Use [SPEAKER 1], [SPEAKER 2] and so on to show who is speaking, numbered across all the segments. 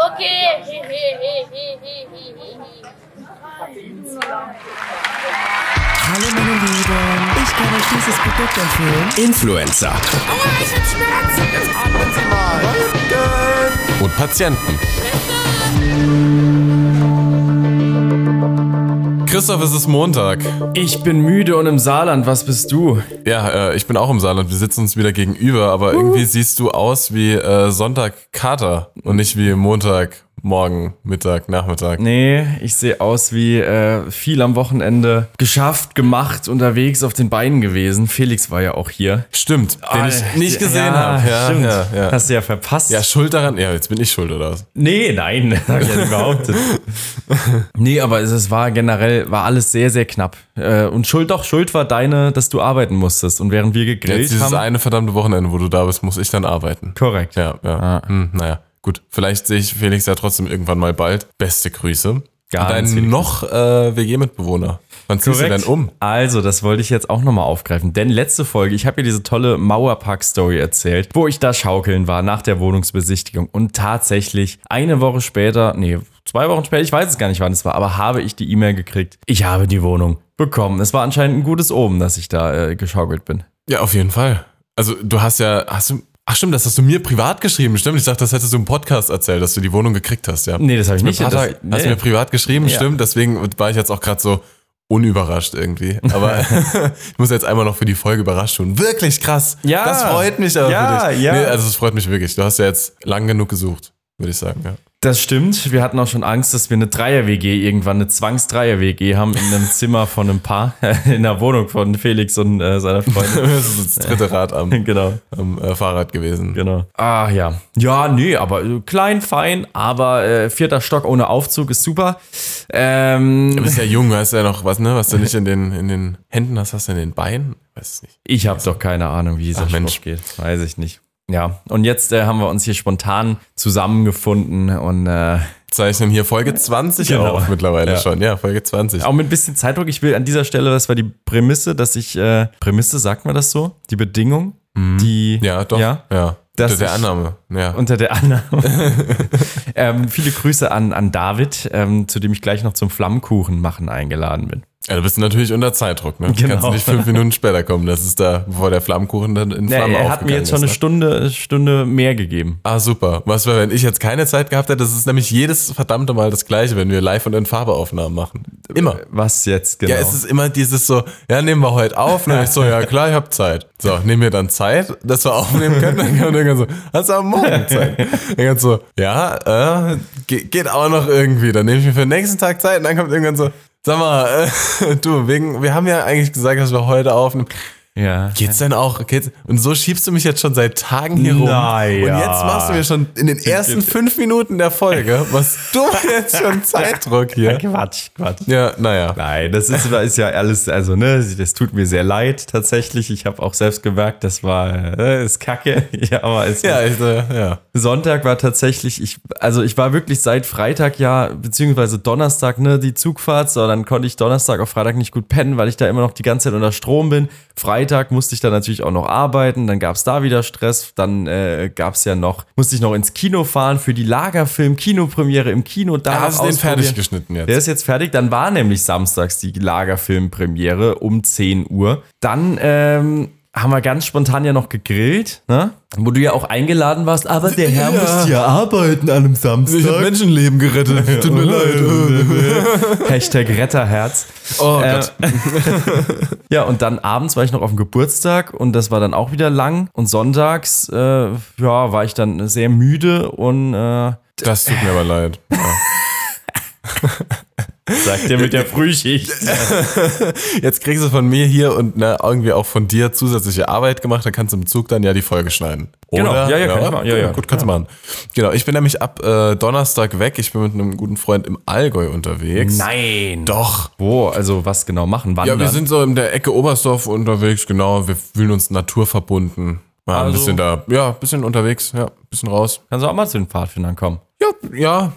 [SPEAKER 1] Okay. Hi, hi, hi, hi, hi, hi, hi, hi.
[SPEAKER 2] Hallo meine Lieben, ich kann euch dieses Produkt empfehlen.
[SPEAKER 3] Influencer und Patienten. Christoph, es ist Montag.
[SPEAKER 4] Ich bin müde und im Saarland, was bist du? Uh.
[SPEAKER 3] Ja, äh, ich bin auch im Saarland. Wir sitzen uns wieder gegenüber, aber irgendwie siehst du aus wie äh, Sonntag Kater und nicht wie Montag Morgen, Mittag, Nachmittag.
[SPEAKER 4] Nee, ich sehe aus wie äh, viel am Wochenende geschafft, gemacht, unterwegs, auf den Beinen gewesen. Felix war ja auch hier.
[SPEAKER 3] Stimmt, den ich
[SPEAKER 4] Alter,
[SPEAKER 3] nicht
[SPEAKER 4] Ah,
[SPEAKER 3] gesehen
[SPEAKER 4] ja,
[SPEAKER 3] habe. Ja,
[SPEAKER 4] stimmt.
[SPEAKER 3] ja, ja.
[SPEAKER 4] Hast du ja verpasst.
[SPEAKER 3] ja, schuld daran. Ja, jetzt bin ich schuld oder was?
[SPEAKER 4] Nee, nein, hab ich ja nicht behauptet. nee, aber es, es war generell, war alles sehr, sehr knapp. Äh, Und Schuld, doch, Schuld war deine, dass du arbeiten musstest. Und während wir gegrillt
[SPEAKER 3] Jetzt dieses
[SPEAKER 4] haben...
[SPEAKER 3] eine verdammte Wochenende, wo du da bist, muss ich dann arbeiten.
[SPEAKER 4] Korrekt.
[SPEAKER 3] Ja,
[SPEAKER 4] Ah.
[SPEAKER 3] ja. Hm, naja, gut. Vielleicht sehe ich Felix ja trotzdem irgendwann mal bald. Beste Grüße.
[SPEAKER 4] Ganz
[SPEAKER 3] Dein
[SPEAKER 4] viele
[SPEAKER 3] noch äh, WG-Mitbewohner. Wann ziehst du denn um?
[SPEAKER 4] Also, das wollte ich jetzt auch nochmal aufgreifen. Denn letzte Folge, ich habe ja diese tolle Mauerpark-Story erzählt, wo ich da schaukeln war nach der Wohnungsbesichtigung. Und tatsächlich eine Woche später, nee, zwei Wochen später, ich weiß es gar nicht, wann es war, aber habe ich die E-Mail gekriegt. Ich habe die Wohnung bekommen. Es war anscheinend ein gutes Omen, dass ich da äh, geschaukelt bin.
[SPEAKER 3] Ja, auf jeden Fall. Also du hast ja, hast du, ach stimmt, das hast du mir privat geschrieben, stimmt. Ich dachte, das hättest du im Podcast erzählt, dass du die Wohnung gekriegt hast, ja.
[SPEAKER 4] Nee, das habe ich nicht.
[SPEAKER 3] Ein
[SPEAKER 4] Das-
[SPEAKER 3] paar Tage- Hast du
[SPEAKER 4] nee.
[SPEAKER 3] mir privat geschrieben,
[SPEAKER 4] Ja.
[SPEAKER 3] stimmt. Deswegen war ich jetzt auch gerade so unüberrascht irgendwie. Aber ich muss jetzt einmal noch für die Folge überrascht tun. Wirklich krass.
[SPEAKER 4] Ja.
[SPEAKER 3] Das freut mich aber
[SPEAKER 4] Ja,
[SPEAKER 3] für dich.
[SPEAKER 4] ja.
[SPEAKER 3] also es freut mich wirklich. Du hast ja jetzt lang genug gesucht, würde ich sagen, ja.
[SPEAKER 4] Das stimmt. Wir hatten auch schon Angst, dass wir eine Dreier-WG irgendwann, eine Zwangs-Dreier-WG haben in einem Zimmer von einem Paar, in der Wohnung von Felix und äh, seiner Freundin.
[SPEAKER 3] Das ist das dritte Rad am,
[SPEAKER 4] genau.
[SPEAKER 3] am äh, Fahrrad gewesen.
[SPEAKER 4] Genau. Ah ja. Ja, nee, aber äh, klein, fein, aber äh, vierter Stock ohne Aufzug ist super.
[SPEAKER 3] Du
[SPEAKER 4] Ähm,
[SPEAKER 3] bist ja jung, hast ja noch was, ne? Was du nicht in den, in den Händen hast, hast du in den Beinen? Weiß es nicht.
[SPEAKER 4] ich habe doch keine Ahnung, wie dieser
[SPEAKER 3] Ach,
[SPEAKER 4] Spruch
[SPEAKER 3] Mensch.
[SPEAKER 4] geht. Weiß ich nicht. Ja, und jetzt äh, haben wir uns hier spontan zusammengefunden und äh,
[SPEAKER 3] Zeichnen hier Folge 20
[SPEAKER 4] Genau.
[SPEAKER 3] auf mittlerweile
[SPEAKER 4] Ja.
[SPEAKER 3] schon. Ja, Folge 20.
[SPEAKER 4] auch mit ein bisschen Zeitdruck. Ich will an dieser Stelle, das war die Prämisse, dass ich, äh, Prämisse, sagt man das so? Die Bedingung, die
[SPEAKER 3] Mhm. Ja, doch.
[SPEAKER 4] Ja?
[SPEAKER 3] Das
[SPEAKER 4] Das
[SPEAKER 3] ist der
[SPEAKER 4] ist-
[SPEAKER 3] Annahme. Ja.
[SPEAKER 4] unter der Annahme. ähm, viele Grüße an, an David, ähm, zu dem ich gleich noch zum Flammkuchen machen eingeladen bin.
[SPEAKER 3] ja, du bist natürlich unter Zeitdruck, ne?
[SPEAKER 4] Genau.
[SPEAKER 3] Kannst du nicht fünf Minuten später kommen. Das ist da, bevor der Flammkuchen dann in
[SPEAKER 4] Ja,
[SPEAKER 3] Flammen
[SPEAKER 4] er hat mir
[SPEAKER 3] aufgegangen
[SPEAKER 4] jetzt schon eine
[SPEAKER 3] ist, ne?
[SPEAKER 4] Stunde, Stunde mehr gegeben.
[SPEAKER 3] Ah, super. Was wäre, wenn ich jetzt keine Zeit gehabt hätte? Das ist nämlich jedes verdammte Mal das Gleiche, wenn wir live und in Farbe Aufnahmen machen. Immer.
[SPEAKER 4] Was jetzt genau?
[SPEAKER 3] Ja, es ist immer dieses so, ja, nehmen wir heute auf. Ne? Ich so, ja klar, ich hab Zeit. So, nehmen wir dann Zeit, dass wir aufnehmen können. Dann kann man irgendwann so, hast du am Morgen Zeit? Dann ganz so, ja, äh, ge geht auch noch irgendwie. Dann nehme ich mir für den nächsten Tag Zeit und dann kommt irgendwann so, sag mal, äh, du, wegen, wir haben ja eigentlich gesagt, dass wir heute aufnehmen.
[SPEAKER 4] ja.
[SPEAKER 3] Geht's denn auch? Geht's? Und so schiebst du mich jetzt schon seit Tagen hier rum.
[SPEAKER 4] Naja.
[SPEAKER 3] Und jetzt machst du mir schon in den ersten fünf Minuten der Folge, was du jetzt schon Zeitdruck hier.
[SPEAKER 4] Quatsch, Quatsch.
[SPEAKER 3] Ja, naja.
[SPEAKER 4] Nein, das ist, ist ja alles, also ne, das tut mir sehr leid tatsächlich. Ich habe auch selbst gemerkt, das war, äh, ist kacke. Ja, aber es
[SPEAKER 3] Ja, ich, äh, ja.
[SPEAKER 4] Sonntag war tatsächlich, ich, also ich war wirklich seit Freitag ja, beziehungsweise Donnerstag, ne, die Zugfahrt, so, dann konnte ich Donnerstag auf Freitag nicht gut pennen, weil ich da immer noch die ganze Zeit unter Strom bin. Freitag musste ich dann natürlich auch noch arbeiten, dann gab es da wieder Stress, dann äh, gab es ja noch, musste ich noch ins Kino fahren für die Lagerfilm-Kinopremiere im Kino. Da
[SPEAKER 3] hast du den fertig geschnitten jetzt?
[SPEAKER 4] Der ist jetzt fertig, dann war nämlich samstags die Lagerfilm-Premiere um 10 Uhr. Dann, ähm, haben wir ganz spontan ja noch gegrillt, ne? Wo du ja auch eingeladen warst, aber der Herr
[SPEAKER 3] Ja.
[SPEAKER 4] musste ja arbeiten an einem Samstag.
[SPEAKER 3] Ich habe Menschenleben gerettet. Tut mir leid.
[SPEAKER 4] Hashtag Retterherz.
[SPEAKER 3] Oh
[SPEAKER 4] Äh,
[SPEAKER 3] Gott.
[SPEAKER 4] ja, und dann abends war ich noch auf dem Geburtstag und das war dann auch wieder lang. Und sonntags, äh, ja, war ich dann sehr müde und äh,
[SPEAKER 3] Das tut mir aber leid.
[SPEAKER 4] sagt ihr mit der Frühschicht.
[SPEAKER 3] Jetzt kriegst du von mir hier und na, irgendwie auch von dir zusätzliche Arbeit gemacht. Dann kannst du im Zug dann ja die Folge schneiden. Oder?
[SPEAKER 4] Genau. Ja, ja, kann ich machen. Ja, ja.
[SPEAKER 3] Gut, kannst du machen. Genau. Ich bin nämlich ab äh, Donnerstag weg. Ich bin mit einem guten Freund im Allgäu unterwegs.
[SPEAKER 4] Nein.
[SPEAKER 3] Doch.
[SPEAKER 4] Wo, also was genau machen? Wann
[SPEAKER 3] Ja, wir
[SPEAKER 4] dann?
[SPEAKER 3] sind so in der Ecke Oberstdorf unterwegs. Genau. Wir fühlen uns naturverbunden. Ja, ein
[SPEAKER 4] Also-
[SPEAKER 3] bisschen da. Ja, ein bisschen unterwegs. Ja, ein bisschen raus.
[SPEAKER 4] Kannst du auch mal zu den Pfadfindern kommen.
[SPEAKER 3] Ja, ja,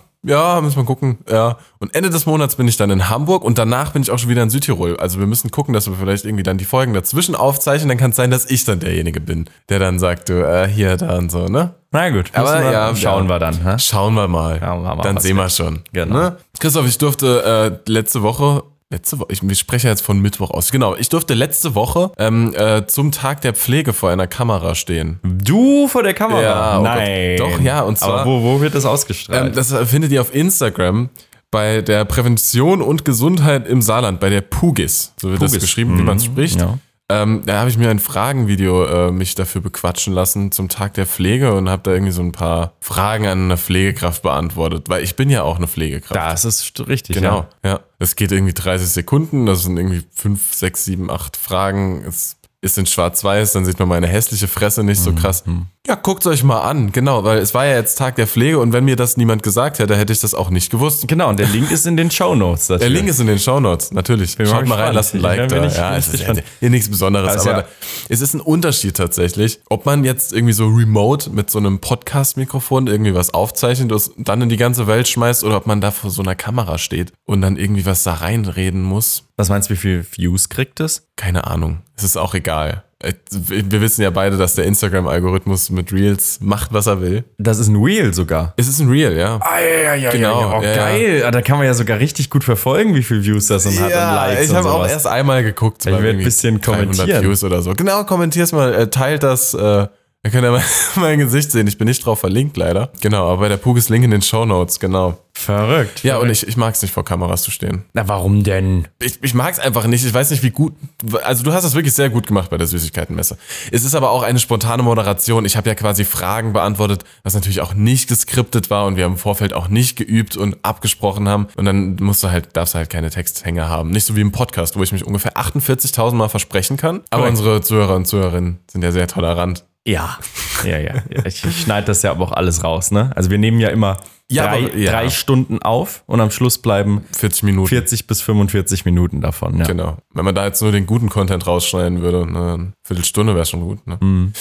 [SPEAKER 3] Ja, müssen wir gucken. Ja. Und Ende des Monats bin ich dann in Hamburg und danach bin ich auch schon wieder in Südtirol. Also wir müssen gucken, dass wir vielleicht irgendwie dann die Folgen dazwischen aufzeichnen. Dann kann es sein, dass ich dann derjenige bin, der dann sagt, du, äh, hier, da und so, ne?
[SPEAKER 4] Na gut,
[SPEAKER 3] Aber
[SPEAKER 4] müssen wir-
[SPEAKER 3] ja,
[SPEAKER 4] schauen
[SPEAKER 3] ja.
[SPEAKER 4] wir dann. hä?
[SPEAKER 3] Schauen wir mal.
[SPEAKER 4] Schauen wir mal,
[SPEAKER 3] dann
[SPEAKER 4] was
[SPEAKER 3] sehen wir schon. ne?
[SPEAKER 4] Genau.
[SPEAKER 3] Christoph, ich durfte äh, letzte Woche. Letzte Woche, ich, ich spreche jetzt von Mittwoch aus. Genau, ich durfte letzte Woche ähm, äh, zum Tag der Pflege vor einer Kamera stehen.
[SPEAKER 4] Du vor der Kamera?
[SPEAKER 3] Ja, oh Gott.
[SPEAKER 4] Nein.
[SPEAKER 3] Doch, ja, und zwar-
[SPEAKER 4] Aber wo, wo wird das
[SPEAKER 3] Ähm,
[SPEAKER 4] ausgestrahlt?
[SPEAKER 3] das findet ihr auf Instagram bei der Prävention und Gesundheit im Saarland, bei der PUGIS. So wird das
[SPEAKER 4] Pugis. Mhm,
[SPEAKER 3] geschrieben, wie man es spricht.
[SPEAKER 4] ja.
[SPEAKER 3] Ähm, da habe ich mir ein Fragenvideo äh, mich dafür bequatschen lassen zum Tag der Pflege und habe da irgendwie so ein paar Fragen an eine Pflegekraft beantwortet, weil ich bin ja auch eine Pflegekraft.
[SPEAKER 4] das ist st- richtig,
[SPEAKER 3] äh, Genau,
[SPEAKER 4] ja.
[SPEAKER 3] ja. Es geht irgendwie 30 Sekunden, das sind irgendwie 5, 6, 7, 8 Fragen. Es ist in schwarz-weiß, dann sieht man meine hässliche Fresse nicht so krass. Ja, guckt's euch mal an, genau, weil es war ja jetzt Tag der Pflege und wenn mir das niemand gesagt hätte, hätte ich das auch nicht gewusst.
[SPEAKER 4] Genau, und der Link ist in den Shownotes.
[SPEAKER 3] Der Link ist in den Shownotes, natürlich.
[SPEAKER 4] mal
[SPEAKER 3] Schaut mal rein,
[SPEAKER 4] gespannt.
[SPEAKER 3] lasst ein
[SPEAKER 4] Ich
[SPEAKER 3] Like
[SPEAKER 4] bin- bin
[SPEAKER 3] da.
[SPEAKER 4] ich-
[SPEAKER 3] Ja,
[SPEAKER 4] bin
[SPEAKER 3] es
[SPEAKER 4] ich
[SPEAKER 3] ist ja
[SPEAKER 4] gespannt.
[SPEAKER 3] eh nichts Besonderes,
[SPEAKER 4] Also
[SPEAKER 3] aber
[SPEAKER 4] ja.
[SPEAKER 3] da, es ist ein Unterschied tatsächlich, ob man jetzt irgendwie so remote mit so einem Podcast-Mikrofon irgendwie was aufzeichnet und es dann in die ganze Welt schmeißt oder ob man da vor so einer Kamera steht und dann irgendwie was da reinreden muss.
[SPEAKER 4] Was meinst du, wie viel Views kriegt es?
[SPEAKER 3] Keine Ahnung. Es ist auch egal. Äh, Wir wissen ja beide, dass der Instagram-Algorithmus mit Reels macht, was er will.
[SPEAKER 4] Das ist ein Wheel sogar.
[SPEAKER 3] Es ist ein Reel, ja.
[SPEAKER 4] Ah, ja, ja,
[SPEAKER 3] Genau,
[SPEAKER 4] ja, ja. Oh,
[SPEAKER 3] ja, ja.
[SPEAKER 4] geil. Ah, Da kann man ja sogar richtig gut verfolgen, wie viel Views das und hat und Likes
[SPEAKER 3] ich
[SPEAKER 4] und
[SPEAKER 3] habe
[SPEAKER 4] sowas.
[SPEAKER 3] auch erst einmal geguckt. Ich
[SPEAKER 4] werd ein bisschen kommentieren.
[SPEAKER 3] Views oder so. Genau, kommentier's mal, äh, teilt das. Äh, dann könnt ihr mein, mein Gesicht sehen. Ich bin nicht drauf verlinkt, leider. Genau, aber bei der Pugis Link in den Show Notes, genau.
[SPEAKER 4] Verrückt.
[SPEAKER 3] Ja, und ich, ich mag es nicht, vor Kameras zu stehen.
[SPEAKER 4] Na, warum denn?
[SPEAKER 3] Ich, ich mag es einfach nicht. Ich weiß nicht, wie gut. Also, du hast es wirklich sehr gut gemacht bei der Süßigkeitenmesse. Es ist aber auch eine spontane Moderation. Ich habe ja quasi Fragen beantwortet, was natürlich auch nicht geskriptet war und wir haben im Vorfeld auch nicht geübt und abgesprochen haben. Und dann musst du halt, darfst du halt keine Texthänge haben. Nicht so wie im Podcast, wo ich mich ungefähr 48.000 Mal versprechen kann. Aber
[SPEAKER 4] Korrekt.
[SPEAKER 3] unsere Zuhörer und Zuhörerinnen sind ja sehr tolerant.
[SPEAKER 4] Ja. Ja, ja. ja. Ich ich schneide das ja aber auch alles raus, ne? Also wir nehmen ja immer
[SPEAKER 3] Ja,
[SPEAKER 4] drei,
[SPEAKER 3] aber- ja.
[SPEAKER 4] drei Stunden auf und am Schluss bleiben
[SPEAKER 3] 40 Minuten.
[SPEAKER 4] 40 bis 45 Minuten davon. Ja.
[SPEAKER 3] Genau. Wenn man da jetzt nur den guten Content rausschneiden würde, ne, eine Viertelstunde wäre schon gut. Ne?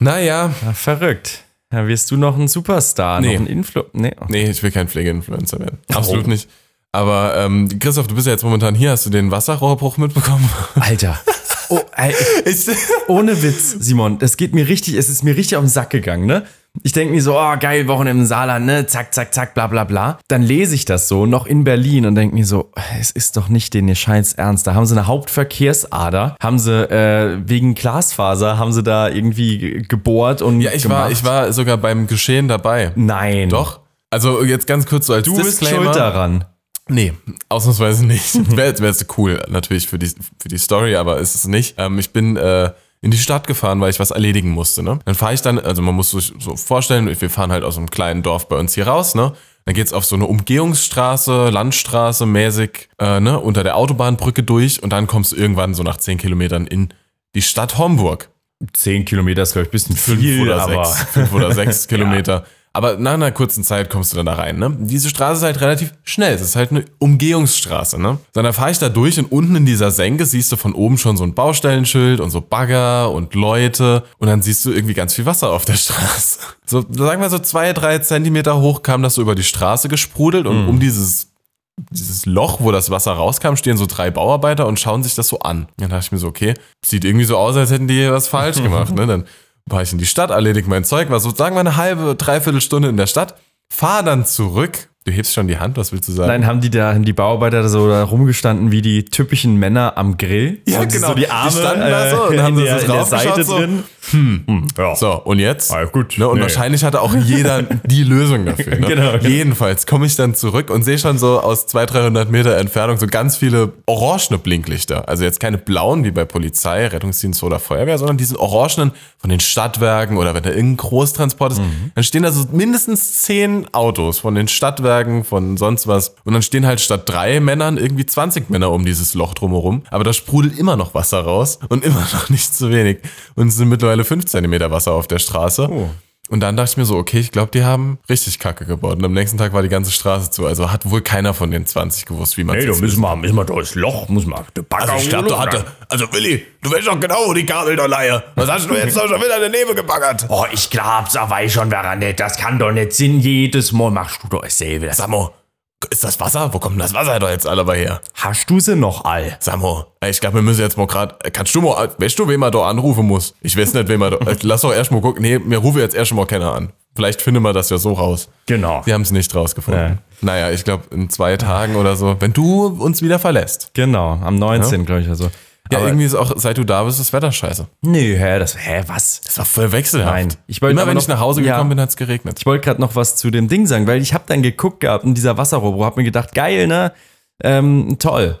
[SPEAKER 3] Naja,
[SPEAKER 4] Ja, verrückt. Da wirst du noch ein Superstar,
[SPEAKER 3] Nee.
[SPEAKER 4] noch ein Influ... Nee.
[SPEAKER 3] Nee, ich will kein Pflegeinfluencer werden. Absolut nicht. Aber ähm, Christoph, du bist ja jetzt momentan hier. Hast du den Wasserrohrbruch mitbekommen?
[SPEAKER 4] Alter. Oh, ey, ohne Witz, Simon, das geht mir richtig, es ist mir richtig auf den Sack gegangen, ne? Ich denke mir so, oh, geil, Wochenende im Saarland, ne? Zack, zack, zack, bla, bla, bla. Dann lese ich das so, noch in Berlin und denke mir so, es ist doch nicht den ihr Scheiß ernst. Da haben sie eine Hauptverkehrsader, haben sie äh, wegen Glasfaser, haben sie da irgendwie ge- gebohrt und
[SPEAKER 3] ja, ich war, ich war sogar beim Geschehen dabei.
[SPEAKER 4] Nein.
[SPEAKER 3] Doch. Also jetzt ganz kurz so als
[SPEAKER 4] Du bist schuld daran.
[SPEAKER 3] Nee, ausnahmsweise nicht. Wäre wär cool, natürlich für die, für die Story, aber ist es nicht. Ähm, ich bin äh, in die Stadt gefahren, weil ich was erledigen musste. Ne? Dann fahre ich dann, also man muss sich so vorstellen, wir fahren halt aus einem kleinen Dorf bei uns hier raus, ne? Dann geht's auf so eine Umgehungsstraße, Landstraße mäßig, äh, ne, unter der Autobahnbrücke durch und dann kommst du irgendwann so nach 10 Kilometern in die Stadt Homburg
[SPEAKER 4] Zehn Kilometer ist, glaube ich, ein bisschen
[SPEAKER 3] fünf
[SPEAKER 4] viel,
[SPEAKER 3] oder
[SPEAKER 4] aber...
[SPEAKER 3] sechs, fünf oder sechs Kilometer. Aber nach einer kurzen Zeit kommst du dann da rein. Ne? Diese Straße ist halt relativ schnell. Es ist halt eine Umgehungsstraße. Ne? So, Dann fahre ich da durch und unten in dieser Senke siehst du von oben schon so ein Baustellenschild und so Bagger und Leute. Und dann siehst du irgendwie ganz viel Wasser auf der Straße. So, sagen wir so zwei, drei Zentimeter hoch kam das so über die Straße gesprudelt und um dieses dieses Loch, wo das Wasser rauskam, stehen so drei Bauarbeiter und schauen sich das so an. Dann dachte ich mir so, okay, sieht irgendwie so aus, als hätten die was falsch gemacht. Ne? Dann war ich in die Stadt, erledige mein Zeug, war so, sagen wir eine halbe, dreiviertel Stunde in der Stadt, fahr dann zurück. Du hebst schon die Hand, was willst du sagen?
[SPEAKER 4] Nein, haben die da, haben die Bauarbeiter da so da rumgestanden wie die typischen Männer am Grill?
[SPEAKER 3] Ja,
[SPEAKER 4] Haben sie
[SPEAKER 3] genau.
[SPEAKER 4] So die
[SPEAKER 3] Die
[SPEAKER 4] Arme
[SPEAKER 3] standen da so und
[SPEAKER 4] äh,
[SPEAKER 3] haben
[SPEAKER 4] in
[SPEAKER 3] so
[SPEAKER 4] der,
[SPEAKER 3] so
[SPEAKER 4] in der
[SPEAKER 3] draufgeschaut,
[SPEAKER 4] Seite
[SPEAKER 3] so. Hm.
[SPEAKER 4] drin. Hm,
[SPEAKER 3] So, und jetzt?
[SPEAKER 4] Ah, gut,
[SPEAKER 3] Ne, und
[SPEAKER 4] nee.
[SPEAKER 3] wahrscheinlich hatte auch jeder die Lösung dafür. Ne?
[SPEAKER 4] Genau, genau.
[SPEAKER 3] Jedenfalls komme ich dann zurück und sehe schon so aus 200, 300 Meter Entfernung so ganz viele orangene Blinklichter. Also jetzt keine blauen wie bei Polizei, Rettungsdienst oder Feuerwehr, sondern diesen orangenen von den Stadtwerken oder wenn da irgendein Großtransport ist,
[SPEAKER 4] Mhm.
[SPEAKER 3] dann stehen da so mindestens zehn Autos von den Stadtwerken, von sonst was. Und dann stehen halt statt drei Männern irgendwie 20 Männer um dieses Loch drumherum. Aber da sprudelt immer noch
[SPEAKER 4] Oh.
[SPEAKER 3] Wasser raus und immer noch nicht zu wenig. Und es sind mittlerweile 5 Zentimeter Wasser auf der Straße. Und dann dachte ich mir so, okay, ich glaube, die haben richtig Kacke gebaut. Und am nächsten Tag war die ganze Straße zu. Also hat wohl keiner von den 20 gewusst, wie man
[SPEAKER 5] Nee, da müssen wir, müssen wir durchs Loch, muss man.
[SPEAKER 3] Also ich glaub, du hatte. Also Willi, du weißt doch genau, wo die Kabel da leihe. Was hast du jetzt doch schon wieder in der Nebel gebaggert?
[SPEAKER 5] Oh, ich glaub's, da weiß schon wer nicht. Das kann doch nicht Sinn. Jedes Mal machst du doch dasselbe.
[SPEAKER 3] Samo, ist das Wasser? Wo kommt denn das Wasser da jetzt alle mal her?
[SPEAKER 5] Hast du sie noch all?
[SPEAKER 3] Samo, ey, ich glaube, wir müssen jetzt mal gerade. Kannst du mal, weißt du, wen man da anrufen muss? Ich weiß nicht, wen man da. Lass doch erst mal gucken. Nee, wir rufen jetzt erst mal keiner an. Vielleicht finden wir das ja so raus.
[SPEAKER 5] Genau.
[SPEAKER 3] Wir haben es nicht rausgefunden.
[SPEAKER 4] Ja.
[SPEAKER 3] Naja, ich glaube, in zwei Tagen oder so, wenn du uns wieder verlässt.
[SPEAKER 4] Genau, am 19. glaube ich also.
[SPEAKER 3] Ja, irgendwie ist auch, seit du da bist, das Wetter scheiße.
[SPEAKER 4] Nee, hä, das, hä, was?
[SPEAKER 3] Das war voll wechselhaft.
[SPEAKER 4] Nein, ich wollte
[SPEAKER 3] Immer
[SPEAKER 4] aber
[SPEAKER 3] wenn
[SPEAKER 4] noch-
[SPEAKER 3] ich nach Hause
[SPEAKER 4] Ja.
[SPEAKER 3] gekommen bin, hat es geregnet.
[SPEAKER 4] Ich wollte gerade noch was zu dem Ding sagen, weil ich habe dann geguckt gehabt in dieser Wasserrohre, habe mir gedacht, geil, ne? Ähm, toll.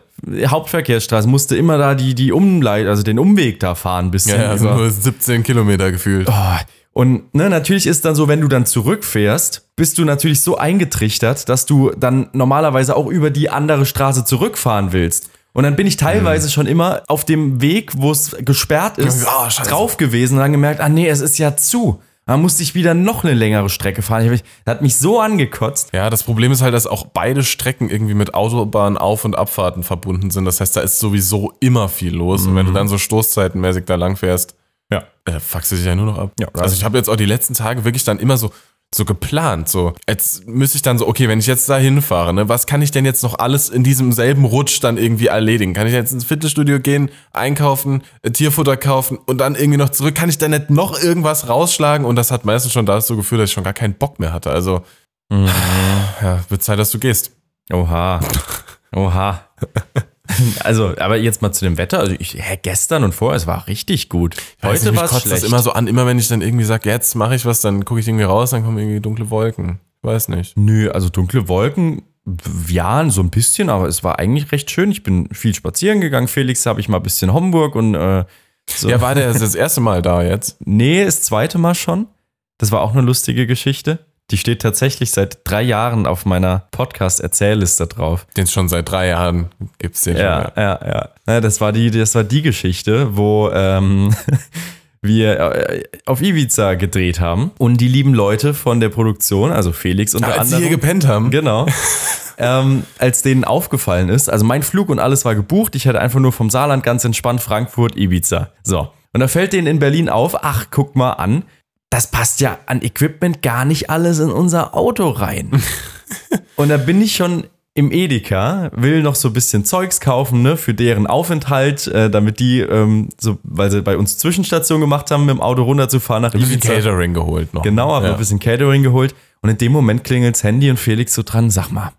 [SPEAKER 4] Hauptverkehrsstraße musste immer da die, die Umleit, also den Umweg da fahren bis
[SPEAKER 3] Ja,
[SPEAKER 4] zum
[SPEAKER 3] ja, sind
[SPEAKER 4] über-
[SPEAKER 3] nur 17 Kilometer gefühlt.
[SPEAKER 4] Ah, Und ne, natürlich ist dann so, wenn du dann zurückfährst, bist du natürlich so eingetrichtert, dass du dann normalerweise auch über die andere Straße zurückfahren willst. Und dann bin ich teilweise schon immer auf dem Weg, wo es gesperrt ist,
[SPEAKER 3] Mhm. Ah, scheiße.
[SPEAKER 4] drauf gewesen und dann gemerkt, ah nee, es ist ja zu. Dann musste ich wieder noch eine längere Strecke fahren. Ich hab mich- Das hat mich so angekotzt.
[SPEAKER 3] Ja, das Problem ist halt, dass auch beide Strecken irgendwie mit Autobahnen Auf- und Abfahrten verbunden sind. Das heißt, da ist sowieso immer viel los. Und wenn
[SPEAKER 4] Mhm.
[SPEAKER 3] du dann so stoßzeitenmäßig da lang fährst,
[SPEAKER 4] Ja.
[SPEAKER 3] äh, fuckst du dich ja nur noch ab.
[SPEAKER 4] Ja.
[SPEAKER 3] also ich habe jetzt auch die letzten Tage wirklich dann immer so so geplant, so als müsste ich dann so, okay, wenn ich jetzt da hinfahre, ne, was kann ich denn jetzt noch alles in diesem selben Rutsch dann irgendwie erledigen? Kann ich jetzt ins Fitnessstudio gehen, einkaufen, äh, Tierfutter kaufen und dann irgendwie noch zurück? Kann ich da nicht noch irgendwas rausschlagen? Und das hat meistens schon dazu geführt, dass ich schon gar keinen Bock mehr hatte. Also,
[SPEAKER 4] Mhm.
[SPEAKER 3] ja, wird Zeit, dass du gehst.
[SPEAKER 4] Oha. Oha. Also, aber jetzt mal zu dem Wetter. Also ich, hä, gestern und vorher, es war richtig gut.
[SPEAKER 3] Weiß
[SPEAKER 4] Heute
[SPEAKER 3] nicht,
[SPEAKER 4] war
[SPEAKER 3] mich
[SPEAKER 4] es
[SPEAKER 3] kotzt das
[SPEAKER 4] schlecht.
[SPEAKER 3] immer so an, immer wenn ich dann irgendwie sage, jetzt mache ich was, dann gucke ich irgendwie raus, dann kommen irgendwie dunkle Wolken. Ich weiß nicht.
[SPEAKER 4] Nö, also dunkle Wolken, w- ja, so ein bisschen, aber es war eigentlich recht schön. Ich bin viel spazieren gegangen. Felix habe ich mal ein bisschen Homburg und äh, so.
[SPEAKER 3] Ja, war der das erste Mal da jetzt?
[SPEAKER 4] nee, das zweite Mal schon. Das war auch eine lustige Geschichte. Die steht tatsächlich seit drei Jahren auf meiner Podcast-Erzählliste drauf.
[SPEAKER 3] Den es schon seit drei Jahren gibt es den
[SPEAKER 4] Ja,
[SPEAKER 3] schon.
[SPEAKER 4] ja, ja. Na, das, war die, das war die Geschichte, wo ähm, wir äh, auf Ibiza gedreht haben und die lieben Leute von der Produktion, also Felix unter
[SPEAKER 3] Ja. Als sie
[SPEAKER 4] anderem.
[SPEAKER 3] hier gepennt haben.
[SPEAKER 4] Genau. ähm, als denen aufgefallen ist, also mein Flug und alles war gebucht, ich hatte einfach nur vom Saarland ganz entspannt Frankfurt, Ibiza. So. Und da fällt denen in Berlin auf, ach, guck mal an, das passt ja an Equipment gar nicht alles in unser Auto rein. und da bin ich schon im Edeka, will noch so ein bisschen Zeugs kaufen, ne, für deren Aufenthalt, äh, damit die, ähm, so, weil sie bei uns Zwischenstation gemacht haben, mit dem Auto runterzufahren nach
[SPEAKER 3] Ein bisschen
[SPEAKER 4] Ibiza.
[SPEAKER 3] Catering geholt noch.
[SPEAKER 4] Genau, aber
[SPEAKER 3] ja.
[SPEAKER 4] ein bisschen Catering geholt. Und in dem Moment klingelt's Handy und Felix so dran, sag mal,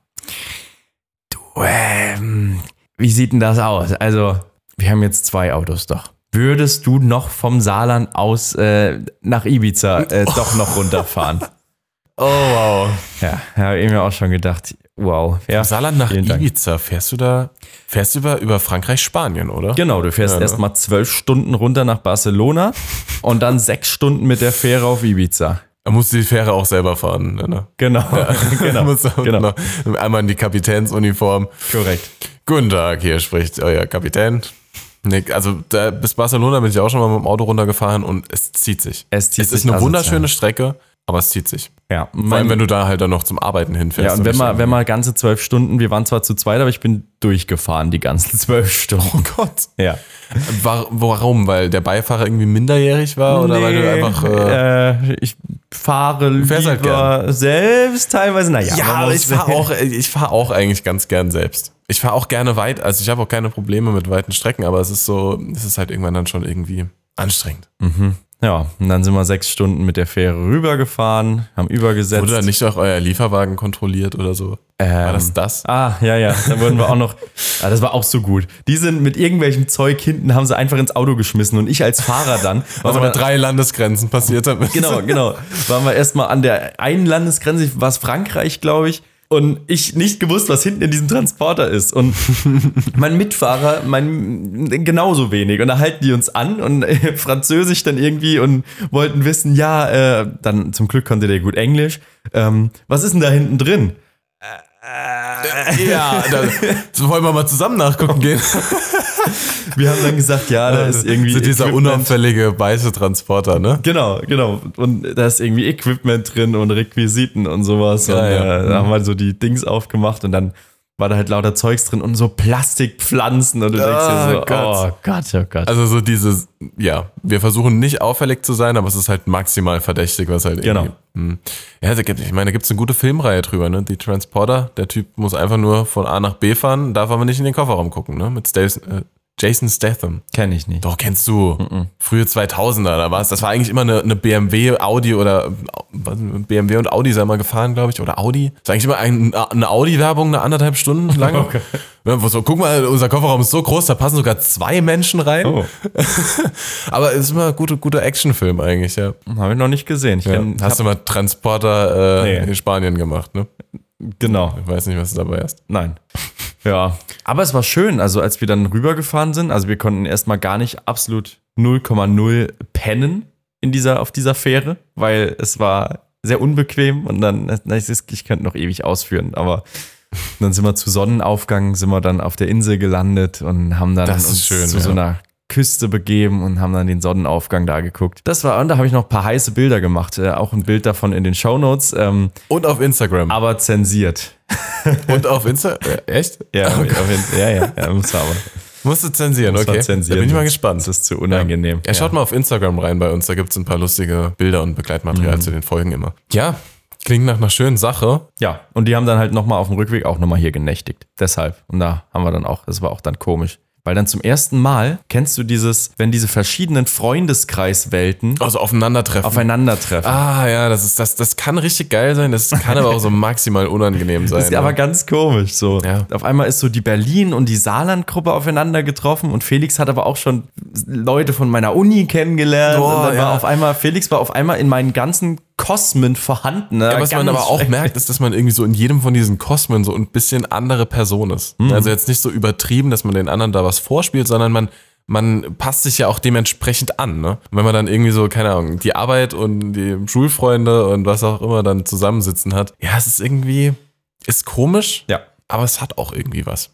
[SPEAKER 4] du, ähm, wie sieht denn das aus? Also, wir haben jetzt zwei Autos doch. Würdest du noch vom Saarland aus äh, nach Ibiza äh, doch noch runterfahren?
[SPEAKER 3] Oh wow.
[SPEAKER 4] ja, habe ich mir auch schon gedacht. Wow. Ja.
[SPEAKER 3] Saarland nach
[SPEAKER 4] Vielen Dank.
[SPEAKER 3] Ibiza. Fährst du da? Fährst du über, über Frankreich, Spanien, oder?
[SPEAKER 4] Genau, du fährst
[SPEAKER 3] Ja, ne?
[SPEAKER 4] erstmal zwölf Stunden runter nach Barcelona und dann sechs Stunden mit der Fähre auf Ibiza.
[SPEAKER 3] Da musst du die Fähre auch selber fahren. Ne?
[SPEAKER 4] Genau, genau,
[SPEAKER 3] Musst du auch
[SPEAKER 4] genau.
[SPEAKER 3] noch Einmal in die Kapitänsuniform.
[SPEAKER 4] korrekt.
[SPEAKER 3] Guten Tag, hier spricht euer Kapitän. Nick, also da, bis Barcelona bin ich auch schon mal mit dem Auto runtergefahren und es zieht sich.
[SPEAKER 4] Es zieht
[SPEAKER 3] es ist
[SPEAKER 4] sich
[SPEAKER 3] eine
[SPEAKER 4] asozial.
[SPEAKER 3] wunderschöne Strecke, aber es zieht sich.
[SPEAKER 4] Ja,
[SPEAKER 3] Vor allem,
[SPEAKER 4] mein-
[SPEAKER 3] wenn du da halt dann noch zum Arbeiten hinfährst.
[SPEAKER 4] Ja, und wenn
[SPEAKER 3] nicht
[SPEAKER 4] man,
[SPEAKER 3] irgendwie-
[SPEAKER 4] wenn man ganze zwölf Stunden, wir waren zwar zu zweit, aber ich bin durchgefahren die ganzen zwölf Stunden. Oh Gott. Ja.
[SPEAKER 3] War, warum? Weil der Beifahrer irgendwie minderjährig war oder weil du einfach. Äh,
[SPEAKER 4] äh, ich fahre
[SPEAKER 3] fährst halt
[SPEAKER 4] lieber selbst teilweise. Naja,
[SPEAKER 3] ja, aber ich fahre auch, äh, ich fahr auch eigentlich ganz gern selbst. Ich fahre auch gerne weit, also ich habe auch keine Probleme mit weiten Strecken, aber es ist so, es ist halt irgendwann dann schon irgendwie anstrengend.
[SPEAKER 4] Ja, und dann sind wir sechs Stunden mit der Fähre rübergefahren, haben übergesetzt.
[SPEAKER 3] Wurde dann nicht auch euer Lieferwagen kontrolliert oder so? War das das?
[SPEAKER 4] Ah, ja, ja, da wurden wir auch noch. Ah, das war auch so gut. Die sind mit irgendwelchem Zeug hinten, haben sie einfach ins Auto geschmissen und ich als Fahrer dann.
[SPEAKER 3] Was
[SPEAKER 4] war
[SPEAKER 3] über
[SPEAKER 4] dann-
[SPEAKER 3] drei Landesgrenzen passiert damit.
[SPEAKER 4] genau, genau. Waren wir erstmal an der einen Landesgrenze, war es Frankreich, glaube ich. Und ich nicht gewusst, was hinten in diesem Transporter ist. Und mein Mitfahrer, mein genauso wenig. Und da halten die uns an und äh, französisch dann irgendwie und wollten wissen, ja, äh, dann zum Glück konnte der gut Englisch. Ähm, was ist denn da hinten drin?
[SPEAKER 3] Ja, dann wollen wir mal zusammen nachgucken gehen.
[SPEAKER 4] Wir haben dann gesagt, ja, da ist irgendwie.
[SPEAKER 3] so dieser
[SPEAKER 4] Equipment-
[SPEAKER 3] unauffällige weiße Transporter, ne?
[SPEAKER 4] Genau, genau. Und da ist irgendwie Equipment drin und Requisiten und sowas. und
[SPEAKER 3] ja.
[SPEAKER 4] Äh, da haben wir so die Dings aufgemacht und dann war da halt lauter Zeugs drin und so Plastikpflanzen und du denkst dir so,
[SPEAKER 3] Oh Gott.
[SPEAKER 4] oh Gott, oh Gott.
[SPEAKER 3] Also so dieses, ja, wir versuchen nicht auffällig zu sein, aber es ist halt maximal verdächtig, was halt
[SPEAKER 4] Genau.
[SPEAKER 3] irgendwie- Hm. Ja, da gibt, ich meine, da gibt es eine gute Filmreihe drüber, ne? Die Transporter, der Typ muss einfach nur von A nach B fahren, darf aber nicht in den Kofferraum gucken, ne? Mit Staves, äh, Jason Statham.
[SPEAKER 4] Kenne ich nicht.
[SPEAKER 3] Doch, kennst du. Frühe 2000er, da war es, das war eigentlich immer eine, eine BMW, Audi oder äh, was, BMW und Audi sind mal gefahren, glaube ich, oder Audi. Das ist eigentlich immer ein, eine Audi-Werbung, eine anderthalb Stunden lang. okay. so, guck mal, unser Kofferraum ist so groß, da passen sogar zwei Menschen rein.
[SPEAKER 4] Oh,
[SPEAKER 3] Aber es ist immer ein guter, guter Actionfilm eigentlich, ja.
[SPEAKER 4] habe ich noch nicht gesehen. Ich
[SPEAKER 3] ja.
[SPEAKER 4] kenn,
[SPEAKER 3] Hast du mal Transporter äh,
[SPEAKER 4] Nee.
[SPEAKER 3] in Spanien gemacht, ne?
[SPEAKER 4] genau.
[SPEAKER 3] Ich weiß nicht, was du dabei hast.
[SPEAKER 4] Nein. Ja. Aber es war schön, also als wir dann rübergefahren sind, also wir konnten erstmal gar nicht absolut 0,0 pennen in dieser, auf dieser Fähre, weil es war sehr unbequem und dann, na, es ist- ich könnte noch ewig ausführen, aber dann sind wir zu Sonnenaufgang, sind wir dann auf der Insel gelandet und haben dann
[SPEAKER 3] Das ist
[SPEAKER 4] uns
[SPEAKER 3] schön,
[SPEAKER 4] zu
[SPEAKER 3] ja.
[SPEAKER 4] so einer Küste begeben und haben dann den Sonnenaufgang da geguckt. Das war, und da habe ich noch ein paar heiße Bilder gemacht, äh, auch ein Bild davon in den Shownotes, ähm,
[SPEAKER 3] Und auf Instagram.
[SPEAKER 4] aber zensiert.
[SPEAKER 3] Und auf Instagram. Echt?
[SPEAKER 4] Ja, auf jeden- ja, ja, ja, muss aber.
[SPEAKER 3] Musst du zensieren,
[SPEAKER 4] Muss man
[SPEAKER 3] okay.
[SPEAKER 4] zensieren,
[SPEAKER 3] da bin ich mal
[SPEAKER 4] sonst
[SPEAKER 3] gespannt.
[SPEAKER 4] ist es zu unangenehm.
[SPEAKER 3] Ja, schaut mal auf Instagram rein bei uns, da gibt es ein paar lustige Bilder und Begleitmaterial zu den Folgen immer. Mhm. Ja, klingt nach einer schönen Sache.
[SPEAKER 4] Ja, und die haben dann halt nochmal auf dem Rückweg auch nochmal hier genächtigt. Deshalb. Und da haben wir dann auch, das war auch dann komisch. Weil dann zum ersten Mal kennst du dieses, wenn diese verschiedenen Freundeskreiswelten
[SPEAKER 3] Also aufeinandertreffen.
[SPEAKER 4] aufeinandertreffen.
[SPEAKER 3] ah ja, das, ist, das, das kann richtig geil sein, das kann aber auch so maximal unangenehm sein.
[SPEAKER 4] Das ist
[SPEAKER 3] ne?
[SPEAKER 4] aber ganz komisch so.
[SPEAKER 3] Ja.
[SPEAKER 4] Auf einmal ist so die Berlin- und die Saarland-Gruppe aufeinander getroffen und Felix hat aber auch schon Leute von meiner Uni kennengelernt.
[SPEAKER 3] Boah,
[SPEAKER 4] und dann
[SPEAKER 3] ja.
[SPEAKER 4] war auf einmal, Felix war auf einmal in meinen ganzen Kosmen vorhanden. ne?
[SPEAKER 3] Ja, was man
[SPEAKER 4] Ganz
[SPEAKER 3] aber auch
[SPEAKER 4] schrecklich.
[SPEAKER 3] merkt, ist, dass man irgendwie so in jedem von diesen Kosmen so ein bisschen andere Person ist.
[SPEAKER 4] Mhm.
[SPEAKER 3] Also jetzt nicht so übertrieben, dass man den anderen da was vorspielt, sondern man, man passt sich ja auch dementsprechend an. Ne? Und Wenn man dann irgendwie so, keine Ahnung, die Arbeit und die Schulfreunde und was auch immer dann zusammensitzen hat. Ja, es ist irgendwie, ist komisch,
[SPEAKER 4] Ja.
[SPEAKER 3] aber es hat auch irgendwie was.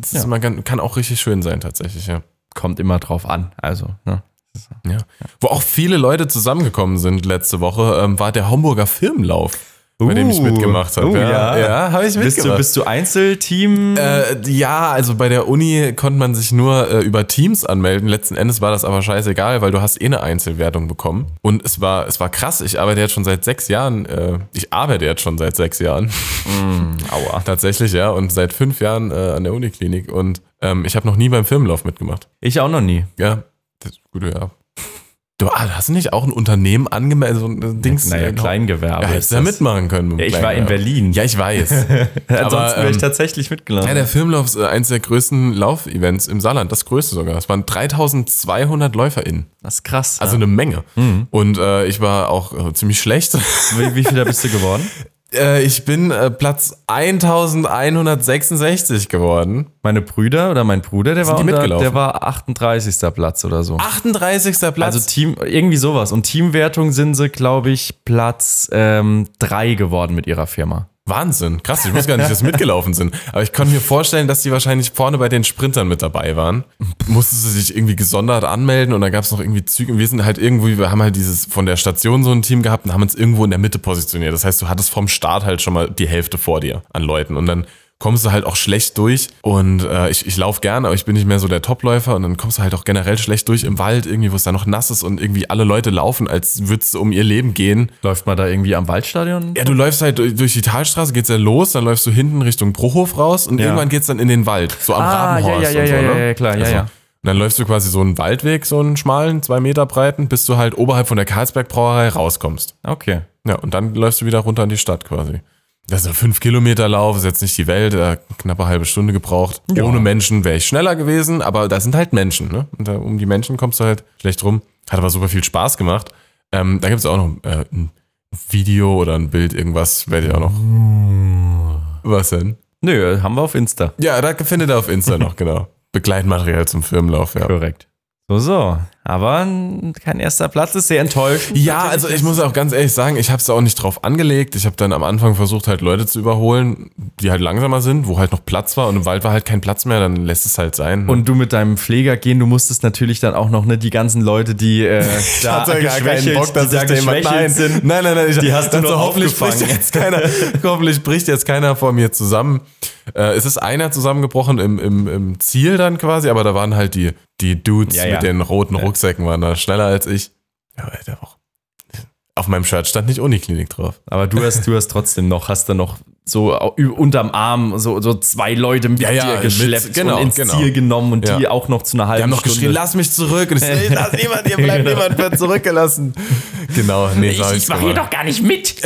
[SPEAKER 3] Es ist,
[SPEAKER 4] Ja.
[SPEAKER 3] man kann, kann auch richtig schön sein tatsächlich, ja.
[SPEAKER 4] kommt immer drauf an. Also, ne?
[SPEAKER 3] ja. Wo auch viele Leute zusammengekommen sind letzte Woche, ähm, war der Homburger Filmlauf. Bei dem ich
[SPEAKER 4] Uh.
[SPEAKER 3] mitgemacht habe.
[SPEAKER 4] Oh, ja.
[SPEAKER 3] ja, ja habe ich mitgemacht.
[SPEAKER 4] Bist du, bist du Einzelteam?
[SPEAKER 3] Äh, ja, also bei der Uni konnte man sich nur äh, über Teams anmelden. Letzten Endes war das aber scheißegal, weil du hast eh eine Einzelwertung bekommen. Und es war, es war krass. Ich arbeite jetzt schon seit sechs Jahren. Äh, ich arbeite jetzt schon seit sechs Jahren.
[SPEAKER 4] Mm, aua.
[SPEAKER 3] Tatsächlich, ja. Und seit fünf Jahren äh, an der Uniklinik. Und ähm, ich habe noch nie beim Filmlauf mitgemacht.
[SPEAKER 4] Ich auch noch nie.
[SPEAKER 3] Ja, das ist gut, ja. Du ah, hast du nicht auch ein Unternehmen angemeldet, so ein äh, Dings?
[SPEAKER 4] Naja,
[SPEAKER 3] äh,
[SPEAKER 4] Kleingewerbe.
[SPEAKER 3] Ja,
[SPEAKER 4] ist
[SPEAKER 3] hättest du ja
[SPEAKER 4] das.
[SPEAKER 3] mitmachen können. mit
[SPEAKER 4] Ja,
[SPEAKER 3] dem
[SPEAKER 4] ich war in
[SPEAKER 3] Kleingewerbe.
[SPEAKER 4] Berlin.
[SPEAKER 3] Ja, ich weiß.
[SPEAKER 4] Ansonsten wäre ich
[SPEAKER 3] ähm,
[SPEAKER 4] tatsächlich mitgelaufen.
[SPEAKER 3] Ja, der Filmlauf ist äh, eines der größten Laufevents im Saarland, das größte sogar. Es waren 3200 LäuferInnen,
[SPEAKER 4] das ist krass.
[SPEAKER 3] also
[SPEAKER 4] ne?
[SPEAKER 3] eine Menge. Und äh, ich war auch äh, ziemlich schlecht.
[SPEAKER 4] wie, wie viel da bist du geworden?
[SPEAKER 3] äh, ich bin äh, Platz 1166 geworden.
[SPEAKER 4] Meine Brüder oder mein Bruder, der war,
[SPEAKER 3] die
[SPEAKER 4] unter,
[SPEAKER 3] mitgelaufen? Ah,
[SPEAKER 4] der war 38. Platz oder so.
[SPEAKER 3] 38. Platz.
[SPEAKER 4] Also Team, irgendwie sowas. Und Teamwertung sind sie, glaube ich, Platz 3 geworden mit ihrer Firma.
[SPEAKER 3] Wahnsinn, krass, ich wusste gar nicht, dass sie mitgelaufen sind. Aber ich konnte mir vorstellen, dass die wahrscheinlich vorne bei den Sprintern mit dabei waren. Mussten sie sich irgendwie gesondert anmelden und dann gab es noch irgendwie Züge. Und Wir sind halt irgendwie, wir haben halt dieses von der Station so ein Team gehabt und haben uns irgendwo in der Mitte positioniert. Das heißt, du hattest vom Start halt schon mal die Hälfte vor dir an Leuten und dann kommst du halt auch schlecht durch und äh, ich, ich laufe gerne, aber ich bin nicht mehr so der Topläufer und dann kommst du halt auch generell schlecht durch im Wald irgendwie, wo es dann noch nass ist und irgendwie alle Leute laufen, als würdest du um ihr Leben gehen.
[SPEAKER 4] Läuft man da irgendwie am Waldstadion?
[SPEAKER 3] Ja, du läufst halt durch durch die Talstraße, geht's ja los, dann läufst du hinten Richtung Bruchhof raus und
[SPEAKER 4] Ja.
[SPEAKER 3] irgendwann geht's dann in den Wald, so am
[SPEAKER 4] Ah, ja,
[SPEAKER 3] Rabenhorst
[SPEAKER 4] ja, ja,
[SPEAKER 3] und so,
[SPEAKER 4] ja,
[SPEAKER 3] ne?
[SPEAKER 4] ja, ja, klar, ja, ja.
[SPEAKER 3] Und dann läufst du quasi so einen Waldweg, so einen schmalen, zwei Meter breiten, bis du halt oberhalb von der Karlsberg Brauerei rauskommst.
[SPEAKER 4] Okay.
[SPEAKER 3] Ja, und dann läufst du wieder runter in die Stadt quasi. Das ist ein 5 Kilometer Lauf, ist jetzt nicht die Welt, äh, knappe halbe Stunde gebraucht. Ohne Menschen wäre ich schneller gewesen, aber da sind halt Menschen, ne? Und da, um die Menschen kommst du halt schlecht rum. Hat aber super viel Spaß gemacht. Ähm, da gibt's auch noch äh, ein Video oder ein Bild, irgendwas werde ich auch noch. Was denn?
[SPEAKER 4] Nö, haben wir auf Insta.
[SPEAKER 3] Ja, da findet ihr auf Insta noch, genau. Begleitmaterial zum Filmlauf, ja.
[SPEAKER 4] Korrekt. So, so. Aber mm, kein erster Platz ist sehr enttäuschend.
[SPEAKER 3] Ja, also ich muss auch ganz ehrlich sagen, ich habe es auch nicht drauf angelegt. Ich habe dann am Anfang versucht, halt Leute zu überholen, die halt langsamer sind, wo halt noch Platz war und im Wald war halt kein Platz mehr, dann lässt es halt sein.
[SPEAKER 4] Und du mit deinem Pfleger gehen, du musstest natürlich dann auch noch ne, die ganzen Leute, die äh, da
[SPEAKER 3] hatte gar keinen
[SPEAKER 4] geschwächelt-
[SPEAKER 3] Bock, dass
[SPEAKER 4] die da
[SPEAKER 3] ich da jemand, nein,
[SPEAKER 4] geschwächelt sind.
[SPEAKER 3] nein, nein, nein, ich,
[SPEAKER 4] Die hast du
[SPEAKER 3] dachte,
[SPEAKER 4] nur
[SPEAKER 3] hoffentlich bricht
[SPEAKER 4] aufgefangen.
[SPEAKER 3] jetzt keiner, hoffentlich bricht jetzt keiner vor mir zusammen. Äh, es ist einer zusammengebrochen im, im, im Ziel dann quasi, aber da waren halt die, die Dudes
[SPEAKER 4] Ja, ja.
[SPEAKER 3] mit den roten Rucksäcken waren da schneller als ich. Ja, aber der auch. Auf meinem Shirt stand nicht Uniklinik drauf.
[SPEAKER 4] Aber du hast, du hast trotzdem noch, hast dann noch so au- ü- unterm Arm so, so zwei Leute mit
[SPEAKER 3] Ja, ja,
[SPEAKER 4] dir
[SPEAKER 3] mit-
[SPEAKER 4] geschleppt
[SPEAKER 3] genau,
[SPEAKER 4] und ins
[SPEAKER 3] genau.
[SPEAKER 4] Ziel genommen und die
[SPEAKER 3] Ja.
[SPEAKER 4] auch noch zu einer halben
[SPEAKER 3] Die haben noch
[SPEAKER 4] Stunde.
[SPEAKER 3] geschrien, lass mich zurück. Und ich so, "Ey, lass niemand, hier bleibt niemand, wird zurückgelassen. Genau, nee, so hab
[SPEAKER 5] Ich, ich
[SPEAKER 3] ich's
[SPEAKER 5] mache hier
[SPEAKER 3] gemacht.
[SPEAKER 5] doch gar nicht mit.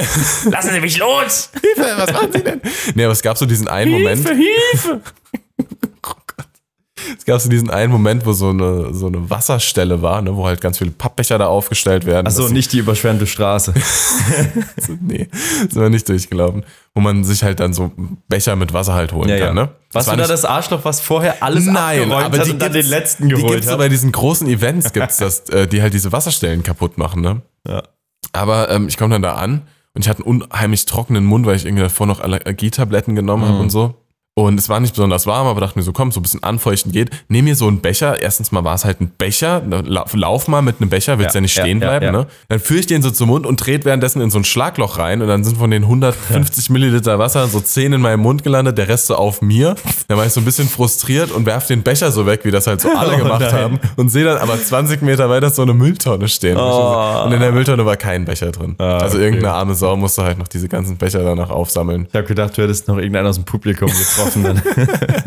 [SPEAKER 5] Lassen Sie mich los.
[SPEAKER 3] Hilfe, was machen Sie denn? Nee, aber es gab so diesen einen Moment.
[SPEAKER 5] Hilfe.
[SPEAKER 3] Es gab so diesen einen Moment, wo so eine, so eine Wasserstelle war, ne, wo halt ganz viele Pappbecher da aufgestellt werden.
[SPEAKER 4] Achso,
[SPEAKER 3] Das-
[SPEAKER 4] nicht die überschwemmte Straße.
[SPEAKER 3] Nee, sind wir nicht durchgelaufen. Wo man sich halt dann so Becher mit Wasser halt holen
[SPEAKER 4] Ja, ja.
[SPEAKER 3] kann, ne?
[SPEAKER 4] Was war da
[SPEAKER 3] nicht-
[SPEAKER 4] das Arschloch, was vorher alles
[SPEAKER 3] Nein,
[SPEAKER 4] abgeräumt
[SPEAKER 3] aber
[SPEAKER 4] hat
[SPEAKER 3] die
[SPEAKER 4] und dann den
[SPEAKER 3] gibt's-
[SPEAKER 4] letzten
[SPEAKER 3] Die
[SPEAKER 4] geholt
[SPEAKER 3] gibt's so
[SPEAKER 4] hat?
[SPEAKER 3] bei diesen großen Events, gibt's das, äh, die halt diese Wasserstellen kaputt machen, ne?
[SPEAKER 4] Ja.
[SPEAKER 3] Aber ähm, ich komme dann da an und ich hatte einen unheimlich trockenen Mund, weil ich irgendwie davor noch Allergietabletten genommen
[SPEAKER 4] Mhm.
[SPEAKER 3] habe und so. Und es war nicht besonders warm, aber dachte mir so, komm, so ein bisschen anfeuchten geht. Nehm mir so einen Becher. Erstens mal war es halt ein Becher. Na, la- Lauf mal mit einem Becher, willst
[SPEAKER 4] Ja,
[SPEAKER 3] ja, nicht
[SPEAKER 4] ja,
[SPEAKER 3] stehen
[SPEAKER 4] ja,
[SPEAKER 3] bleiben.
[SPEAKER 4] ja.
[SPEAKER 3] Ne? Dann führe ich den so zum Mund und trete währenddessen in so ein Schlagloch rein. Und dann sind von den 150 Milliliter Wasser so 10 in meinem Mund gelandet, der Rest so auf mir. Dann war ich so ein bisschen frustriert und werf den Becher so weg, wie das halt so alle
[SPEAKER 4] Oh
[SPEAKER 3] gemacht
[SPEAKER 4] nein.
[SPEAKER 3] haben. Und sehe dann aber 20 Meter weiter so eine Mülltonne stehen. Und in der Mülltonne war kein Becher drin. also
[SPEAKER 4] Oh. Ah, okay.
[SPEAKER 3] irgendeine arme Sau musste halt noch diese ganzen Becher danach aufsammeln.
[SPEAKER 4] Ich habe gedacht, du hättest noch irgendeinen aus dem Publikum getroffen. Dann.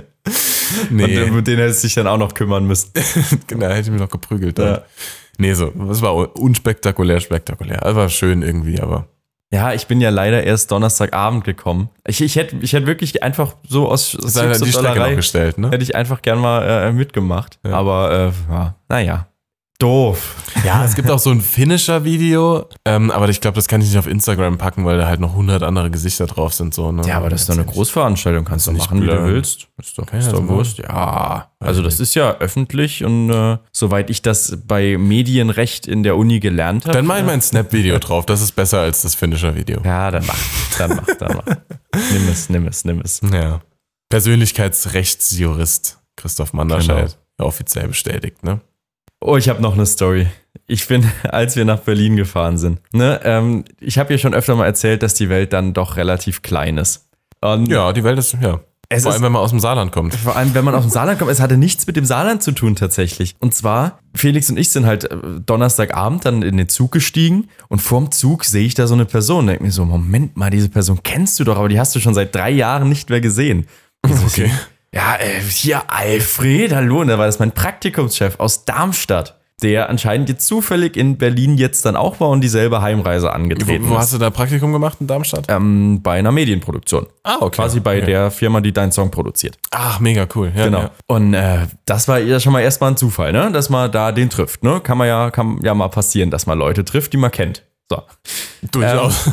[SPEAKER 3] Nee,
[SPEAKER 4] Und um den hättest du dich dann auch noch kümmern müssen.
[SPEAKER 3] genau, hätte ich mich noch geprügelt.
[SPEAKER 4] Ja.
[SPEAKER 3] dann. Nee, so, das war un- unspektakulär, spektakulär. Also war schön irgendwie, aber.
[SPEAKER 4] Ja, ich bin ja leider erst Donnerstagabend gekommen. Ich, ich hätte ich hätt wirklich einfach so aus, aus
[SPEAKER 3] Das hat
[SPEAKER 4] Jux
[SPEAKER 3] die
[SPEAKER 4] und
[SPEAKER 3] Strecke
[SPEAKER 4] Dollerei
[SPEAKER 3] noch gestellt, ne?
[SPEAKER 4] hätte ich einfach gern mal äh, mitgemacht. Aber äh, ja, naja. Doof.
[SPEAKER 3] Ja, es gibt auch so ein Finisher-Video, ähm, aber ich glaube, das kann ich nicht auf Instagram packen, weil da halt noch 100 andere Gesichter drauf sind. So, ne?
[SPEAKER 4] Ja, aber das ist doch eine Großveranstaltung. Kannst du
[SPEAKER 3] Nicht
[SPEAKER 4] machen, wie du
[SPEAKER 3] blöd.
[SPEAKER 4] willst. Ist doch, ist
[SPEAKER 3] also ja
[SPEAKER 4] doch
[SPEAKER 3] so
[SPEAKER 4] Wurst. Ja. Also, das ist ja öffentlich und äh, soweit ich das bei Medienrecht in der Uni gelernt habe.
[SPEAKER 3] Dann mach ich mein Snap-Video drauf, das ist besser als das Finisher-Video.
[SPEAKER 4] Ja, dann mach. Dann mach, dann mach. nimm es, nimm es, nimm es.
[SPEAKER 3] Ja. Persönlichkeitsrechtsjurist Christoph Manderscheid.
[SPEAKER 4] Genau.
[SPEAKER 3] Ja, offiziell bestätigt, ne?
[SPEAKER 4] Oh, ich habe noch eine Story. Ich bin, als wir nach Berlin gefahren sind, ne, ähm, ich habe ja schon öfter mal erzählt, dass die Welt dann doch relativ klein ist. Und
[SPEAKER 3] Ja, die Welt ist, ja.
[SPEAKER 4] Es
[SPEAKER 3] Vor
[SPEAKER 4] ist-
[SPEAKER 3] allem, wenn man aus dem Saarland kommt.
[SPEAKER 4] Vor allem, wenn man aus dem Saarland kommt, es hatte nichts mit dem Saarland zu tun tatsächlich. Und zwar, Felix und ich sind halt äh, Donnerstagabend dann in den Zug gestiegen und vorm Zug sehe ich da so eine Person. Denke mir so, Moment mal, Ah, diese Person kennst du doch, aber die hast du schon seit drei Jahren nicht mehr gesehen.
[SPEAKER 3] Okay.
[SPEAKER 4] Ja, äh, hier Alfred, hallo, und da war das mein Praktikumschef aus Darmstadt, der anscheinend jetzt zufällig in Berlin jetzt dann auch war und dieselbe Heimreise angetreten
[SPEAKER 3] Wo, wo
[SPEAKER 4] ist.
[SPEAKER 3] hast du da Praktikum gemacht in Darmstadt?
[SPEAKER 4] Ähm, bei einer Medienproduktion.
[SPEAKER 3] Ah, okay.
[SPEAKER 4] Quasi bei
[SPEAKER 3] Okay.
[SPEAKER 4] der Firma, die deinen Song produziert.
[SPEAKER 3] Ach, mega cool. Ja,
[SPEAKER 4] Genau.
[SPEAKER 3] Ja.
[SPEAKER 4] Und äh, das war ja schon mal erstmal ein Zufall, ne? Dass man da den trifft, ne? Kann man ja, kann ja mal passieren, dass man Leute trifft, die man kennt. So.
[SPEAKER 3] Durchaus.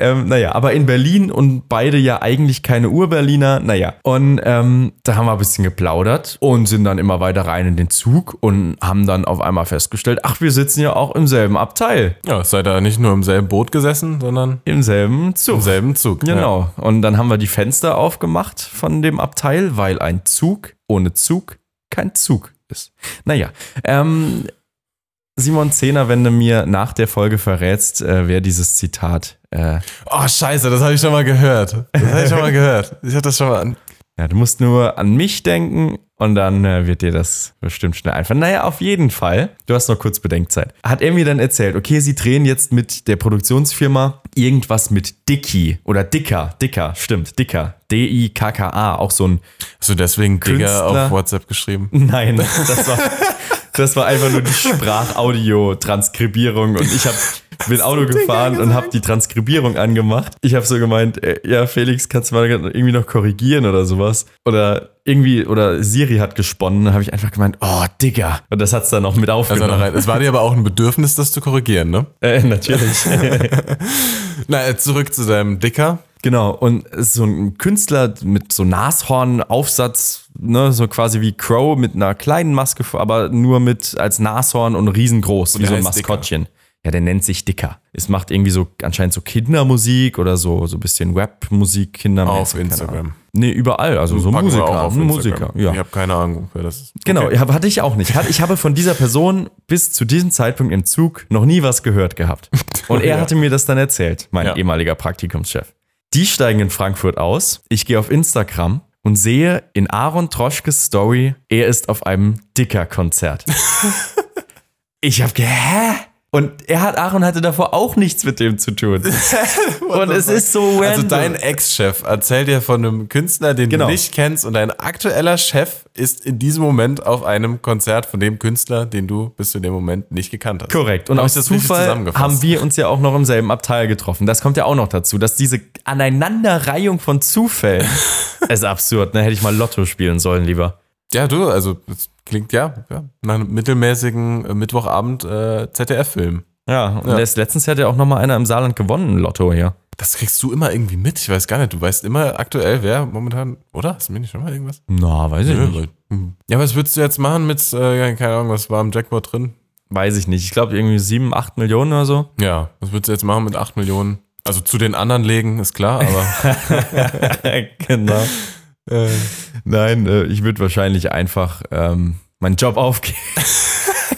[SPEAKER 4] Ähm, naja, aber in Berlin und beide ja eigentlich keine Ur-Berliner, naja. Und ähm, da haben wir ein bisschen geplaudert und sind dann immer weiter rein in den Zug und haben dann auf einmal festgestellt, ach, wir sitzen ja auch im selben Abteil,
[SPEAKER 3] Ja, sei da nicht nur im selben Boot gesessen, sondern
[SPEAKER 4] im selben Zug.
[SPEAKER 3] im selben Zug.
[SPEAKER 4] Genau. Und dann haben wir die Fenster aufgemacht von dem Abteil, weil ein Zug ohne Zug kein Zug ist. Naja, ähm, Simon Zehner, wenn du mir nach der Folge verrätst, äh, wer dieses Zitat. Äh,
[SPEAKER 3] Ja. Oh, scheiße, das habe ich schon mal gehört. Das habe ich schon mal gehört. Ich habe das schon mal an.
[SPEAKER 4] ja, du musst nur an mich denken und dann äh, wird dir das bestimmt schnell einfallen. Naja, auf jeden Fall. Du hast noch kurz Bedenkzeit. Hat er mir dann erzählt, okay, sie drehen jetzt mit der Produktionsfirma irgendwas mit Dicky oder Dicker, Dicker, stimmt, Dicker. D-I-K-K-A, auch so ein
[SPEAKER 3] Hast du deswegen Digger
[SPEAKER 4] Künstler.
[SPEAKER 3] auf WhatsApp geschrieben?
[SPEAKER 4] Nein, das war, das war einfach nur die Sprachaudio-Transkribierung und ich hab, bin Auto gefahren und habe die Transkribierung angemacht. Ich habe so gemeint, äh, ja Felix, kannst du mal irgendwie noch korrigieren oder sowas? Oder irgendwie, oder Siri hat gesponnen, dann habe ich einfach gemeint, oh Digga. Und das hat's dann noch mit
[SPEAKER 3] Also
[SPEAKER 4] aufgenommen.
[SPEAKER 3] noch rein. Es war dir aber auch ein Bedürfnis, das zu korrigieren, ne?
[SPEAKER 4] äh, natürlich.
[SPEAKER 3] Na, äh, zurück zu deinem Dicker.
[SPEAKER 4] Genau, und es ist so ein Künstler mit so Nashorn-Aufsatz, ne, so quasi wie Crow mit einer kleinen Maske, aber nur mit als Nashorn und riesengroß, wie
[SPEAKER 3] der
[SPEAKER 4] so ein
[SPEAKER 3] heißt Dicker.
[SPEAKER 4] Maskottchen. Ja, der nennt sich Dicker. Es macht irgendwie so anscheinend so Kindermusik oder so, so ein bisschen Webmusik, Kindermusik.
[SPEAKER 3] Auf Instagram.
[SPEAKER 4] Nee, überall, also so
[SPEAKER 3] Packen wir
[SPEAKER 4] Musiker.
[SPEAKER 3] auch auf
[SPEAKER 4] ne,
[SPEAKER 3] Instagram.
[SPEAKER 4] Musiker, ja.
[SPEAKER 3] Ich habe keine Ahnung, wer das ist.
[SPEAKER 4] Genau, ich hab- hatte ich auch nicht. Hat- Ich habe von dieser Person bis zu diesem Zeitpunkt im Zug noch nie was gehört gehabt. Und er hatte mir das dann erzählt, mein
[SPEAKER 3] Ja.
[SPEAKER 4] ehemaliger Praktikumschef. Die steigen in Frankfurt aus. Ich gehe auf Instagram und sehe in Aaron Troschkes Story, er ist auf einem Dicker-Konzert. ich habe ge, hä? Und er hat, Aaron hatte davor auch nichts mit dem zu tun. und es ist so random.
[SPEAKER 3] Also dein Ex-Chef erzählt dir von einem Künstler, den
[SPEAKER 4] Genau.
[SPEAKER 3] du nicht kennst und dein aktueller Chef ist in diesem Moment auf einem Konzert von dem Künstler, den du bis zu dem Moment nicht gekannt hast.
[SPEAKER 4] Korrekt. Und
[SPEAKER 3] Hab ich
[SPEAKER 4] aus
[SPEAKER 3] das richtig
[SPEAKER 4] Zufall
[SPEAKER 3] zusammengefasst?
[SPEAKER 4] haben wir uns ja auch noch im selben Abteil getroffen. Das kommt ja auch noch dazu, dass diese Aneinanderreihung von Zufällen ist absurd. Ne? Hätte ich mal Lotto spielen sollen lieber.
[SPEAKER 3] Ja, du, also das klingt ja, ja nach einem mittelmäßigen äh, Mittwochabend äh, ZDF-Film.
[SPEAKER 4] Ja, und erst letztens hat ja auch noch mal einer im Saarland gewonnen, Lotto hier.
[SPEAKER 3] Das kriegst du immer irgendwie mit. Ich weiß gar nicht. Du weißt immer aktuell, wer momentan, oder? Hast du mir nicht schon mal irgendwas? Hm.
[SPEAKER 4] Na, weiß ich
[SPEAKER 3] Ja, was würdest du jetzt machen mit, äh, keine Ahnung, was war im Jackpot drin?
[SPEAKER 4] Weiß ich nicht. Ich glaube irgendwie sieben, acht Millionen oder so.
[SPEAKER 3] Ja, was würdest du jetzt machen mit 8 Millionen? Also zu den anderen legen, ist klar, aber
[SPEAKER 4] genau. Nein, äh, ich würde wahrscheinlich einfach ähm, meinen Job aufgeben.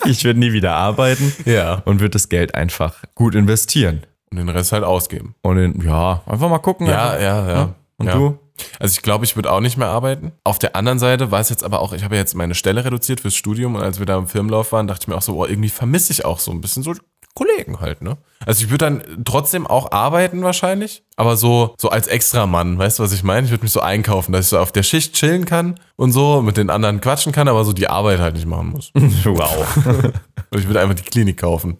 [SPEAKER 4] ich würde nie wieder arbeiten
[SPEAKER 3] ja.
[SPEAKER 4] und würde das Geld einfach gut investieren.
[SPEAKER 3] Und den Rest halt ausgeben.
[SPEAKER 4] Und in, ja, einfach mal gucken.
[SPEAKER 3] Ja, ja, ja.
[SPEAKER 4] Und
[SPEAKER 3] ja.
[SPEAKER 4] du?
[SPEAKER 3] Also ich glaube, ich würde auch nicht mehr arbeiten. Auf der anderen Seite war es jetzt aber auch, ich habe ja jetzt meine Stelle reduziert fürs Studium und als wir da im Filmlauf waren, dachte ich mir auch so, oh, irgendwie vermisse ich auch so ein bisschen so Kollegen halt, ne? Also ich würde dann trotzdem auch arbeiten wahrscheinlich, aber so, so als Extramann, weißt du, was ich meine? Ich würde mich so einkaufen, dass ich so auf der Schicht chillen kann und so mit den anderen quatschen kann, aber so die Arbeit halt nicht machen muss. und
[SPEAKER 4] Wow.
[SPEAKER 3] ich würde einfach die Klinik kaufen.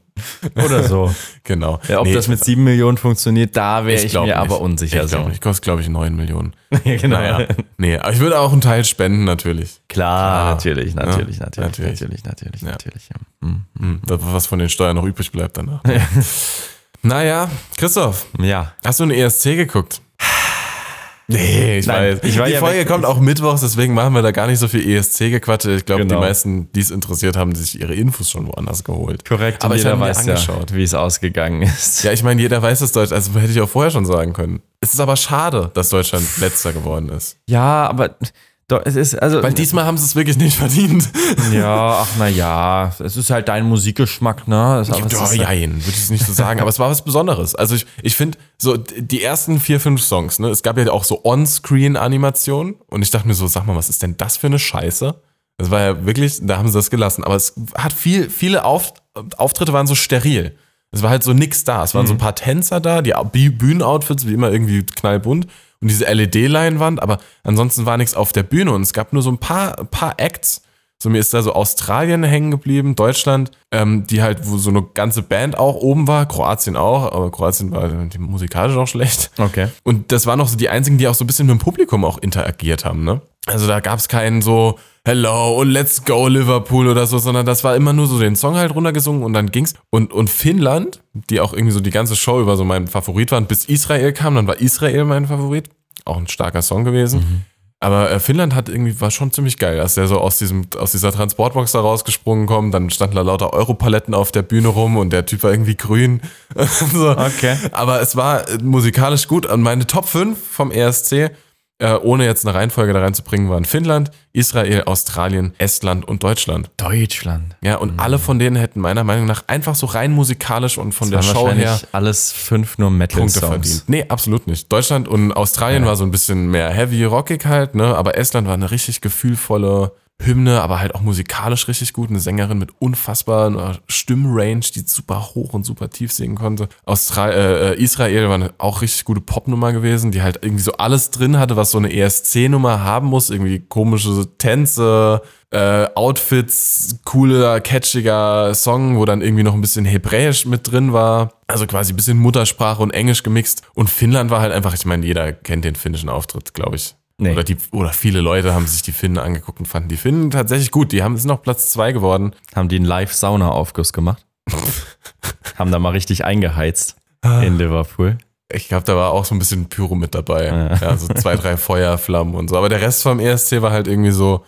[SPEAKER 4] Oder so.
[SPEAKER 3] Genau.
[SPEAKER 4] Ja, ob
[SPEAKER 3] Nee,
[SPEAKER 4] das mit 7 Millionen funktioniert, da wäre ich,
[SPEAKER 3] glaub
[SPEAKER 4] mir
[SPEAKER 3] nicht.
[SPEAKER 4] aber unsicher.
[SPEAKER 3] Ich glaube
[SPEAKER 4] so.
[SPEAKER 3] nicht. Kostet, glaube ich, 9 Millionen.
[SPEAKER 4] Ja, genau.
[SPEAKER 3] Naja. Nee, aber ich würde auch einen Teil spenden, natürlich.
[SPEAKER 4] Klar, natürlich,
[SPEAKER 3] Ja,
[SPEAKER 4] natürlich, natürlich,
[SPEAKER 3] natürlich.
[SPEAKER 4] natürlich, natürlich, natürlich. ja.
[SPEAKER 3] Das, was von den Steuern noch übrig bleibt danach. naja, Christoph,
[SPEAKER 4] Ja.
[SPEAKER 3] hast du eine ESC geguckt? Nee, ich
[SPEAKER 4] Nein,
[SPEAKER 3] weiß.
[SPEAKER 4] ich war
[SPEAKER 3] die
[SPEAKER 4] ja
[SPEAKER 3] Folge
[SPEAKER 4] weg.
[SPEAKER 3] kommt auch mittwochs, deswegen machen wir da gar nicht so viel E ESC-Gequatsche. Ich glaube,
[SPEAKER 4] Genau.
[SPEAKER 3] die meisten, die es interessiert haben, sich ihre Infos schon woanders geholt.
[SPEAKER 4] Korrekt, aber
[SPEAKER 3] Aber ich habe
[SPEAKER 4] jeder
[SPEAKER 3] mir
[SPEAKER 4] weiß ja,
[SPEAKER 3] angeschaut.
[SPEAKER 4] wie es ausgegangen ist.
[SPEAKER 3] Ja, ich meine, jeder weiß das Deutsch, also hätte ich auch vorher schon sagen können. Es ist aber schade, dass Deutschland letzter geworden ist.
[SPEAKER 4] Ja, aber doch, es ist, also,
[SPEAKER 3] Weil diesmal haben sie es wirklich nicht verdient.
[SPEAKER 4] ja, ach na ja, es ist halt dein Musikgeschmack, ne? Das, aber es
[SPEAKER 3] Ja,
[SPEAKER 4] ist,
[SPEAKER 3] jein, würde ich es nicht so sagen, aber es war was Besonderes. Also ich, ich finde, so d- die ersten vier, fünf Songs, ne, es gab ja auch so On-Screen-Animationen und ich dachte mir so, sag mal, was ist denn das für eine Scheiße? Das war ja wirklich, da haben sie das gelassen. Aber es hat viel, viele Auf, Auftritte waren so steril. Es war halt so nix da. Es waren
[SPEAKER 4] Mhm.
[SPEAKER 3] so ein paar Tänzer da, die Au- Bi- Bühnenoutfits wie immer irgendwie knallbunt und diese LED-Leinwand, aber ansonsten war nichts auf der Bühne und es gab nur so ein paar, paar Acts. So, mir ist da so Australien hängen geblieben, Deutschland, ähm, die halt, wo so eine ganze Band auch oben war, Kroatien auch, aber Kroatien war die musikalisch auch schlecht.
[SPEAKER 4] Okay.
[SPEAKER 3] Und das waren auch so die einzigen, die auch so ein bisschen mit dem Publikum auch interagiert haben, ne? Also da gab es keinen so Hello und Let's Go Liverpool oder so, sondern das war immer nur so den Song halt runtergesungen und dann ging's. Und, und Finnland, die auch irgendwie so die ganze Show über so mein Favorit waren, bis Israel kam, dann war Israel mein Favorit. Auch ein starker Song gewesen. Aber äh, Finnland hat irgendwie, war schon ziemlich geil, als der so aus, diesem, aus dieser Transportbox da rausgesprungen kommt, dann standen da lauter Europaletten auf der Bühne rum und der Typ war irgendwie grün. so.
[SPEAKER 4] Okay.
[SPEAKER 3] Aber es war äh, musikalisch gut und meine Top 5 vom ESC, äh, ohne jetzt eine Reihenfolge da reinzubringen, waren Finnland, Israel, Australien, Estland und Deutschland.
[SPEAKER 4] Deutschland.
[SPEAKER 3] Ja, und alle von denen hätten meiner Meinung nach einfach so rein musikalisch und von der
[SPEAKER 4] Waren
[SPEAKER 3] Show
[SPEAKER 4] wahrscheinlich
[SPEAKER 3] her
[SPEAKER 4] alles fünf nur
[SPEAKER 3] Punkte
[SPEAKER 4] Metal-Songs.
[SPEAKER 3] verdient. Nee, absolut nicht. Deutschland und Australien war so ein bisschen mehr heavy, rockig halt, ne? Aber Estland war eine richtig gefühlvolle Hymne, aber halt auch musikalisch richtig gut. Eine Sängerin mit unfassbarer Stimmrange, die super hoch und super tief singen konnte. Austral äh, äh, Israel war eine auch richtig gute Popnummer gewesen, die halt irgendwie so alles drin hatte, was so eine ESC-Nummer haben muss. Irgendwie komische Tänze, äh, Outfits, cooler, catchiger Song, wo dann irgendwie noch ein bisschen Hebräisch mit drin war. Also quasi ein bisschen Muttersprache und Englisch gemixt. Und Finnland war halt einfach, ich meine, jeder kennt den finnischen Auftritt, glaube ich.
[SPEAKER 4] Nee.
[SPEAKER 3] Oder, die, oder viele Leute haben sich die Finnen angeguckt und fanden die Finnen tatsächlich gut. Die haben sind noch Platz zwei geworden.
[SPEAKER 4] Haben die einen
[SPEAKER 3] Ah.
[SPEAKER 4] Live-Sauna-Aufguss gemacht? haben da mal richtig eingeheizt in Liverpool.
[SPEAKER 3] Ich glaube, da war auch so ein bisschen Pyro mit dabei. Ja. so zwei, drei Feuerflammen und so. Aber der Rest vom ESC war halt irgendwie so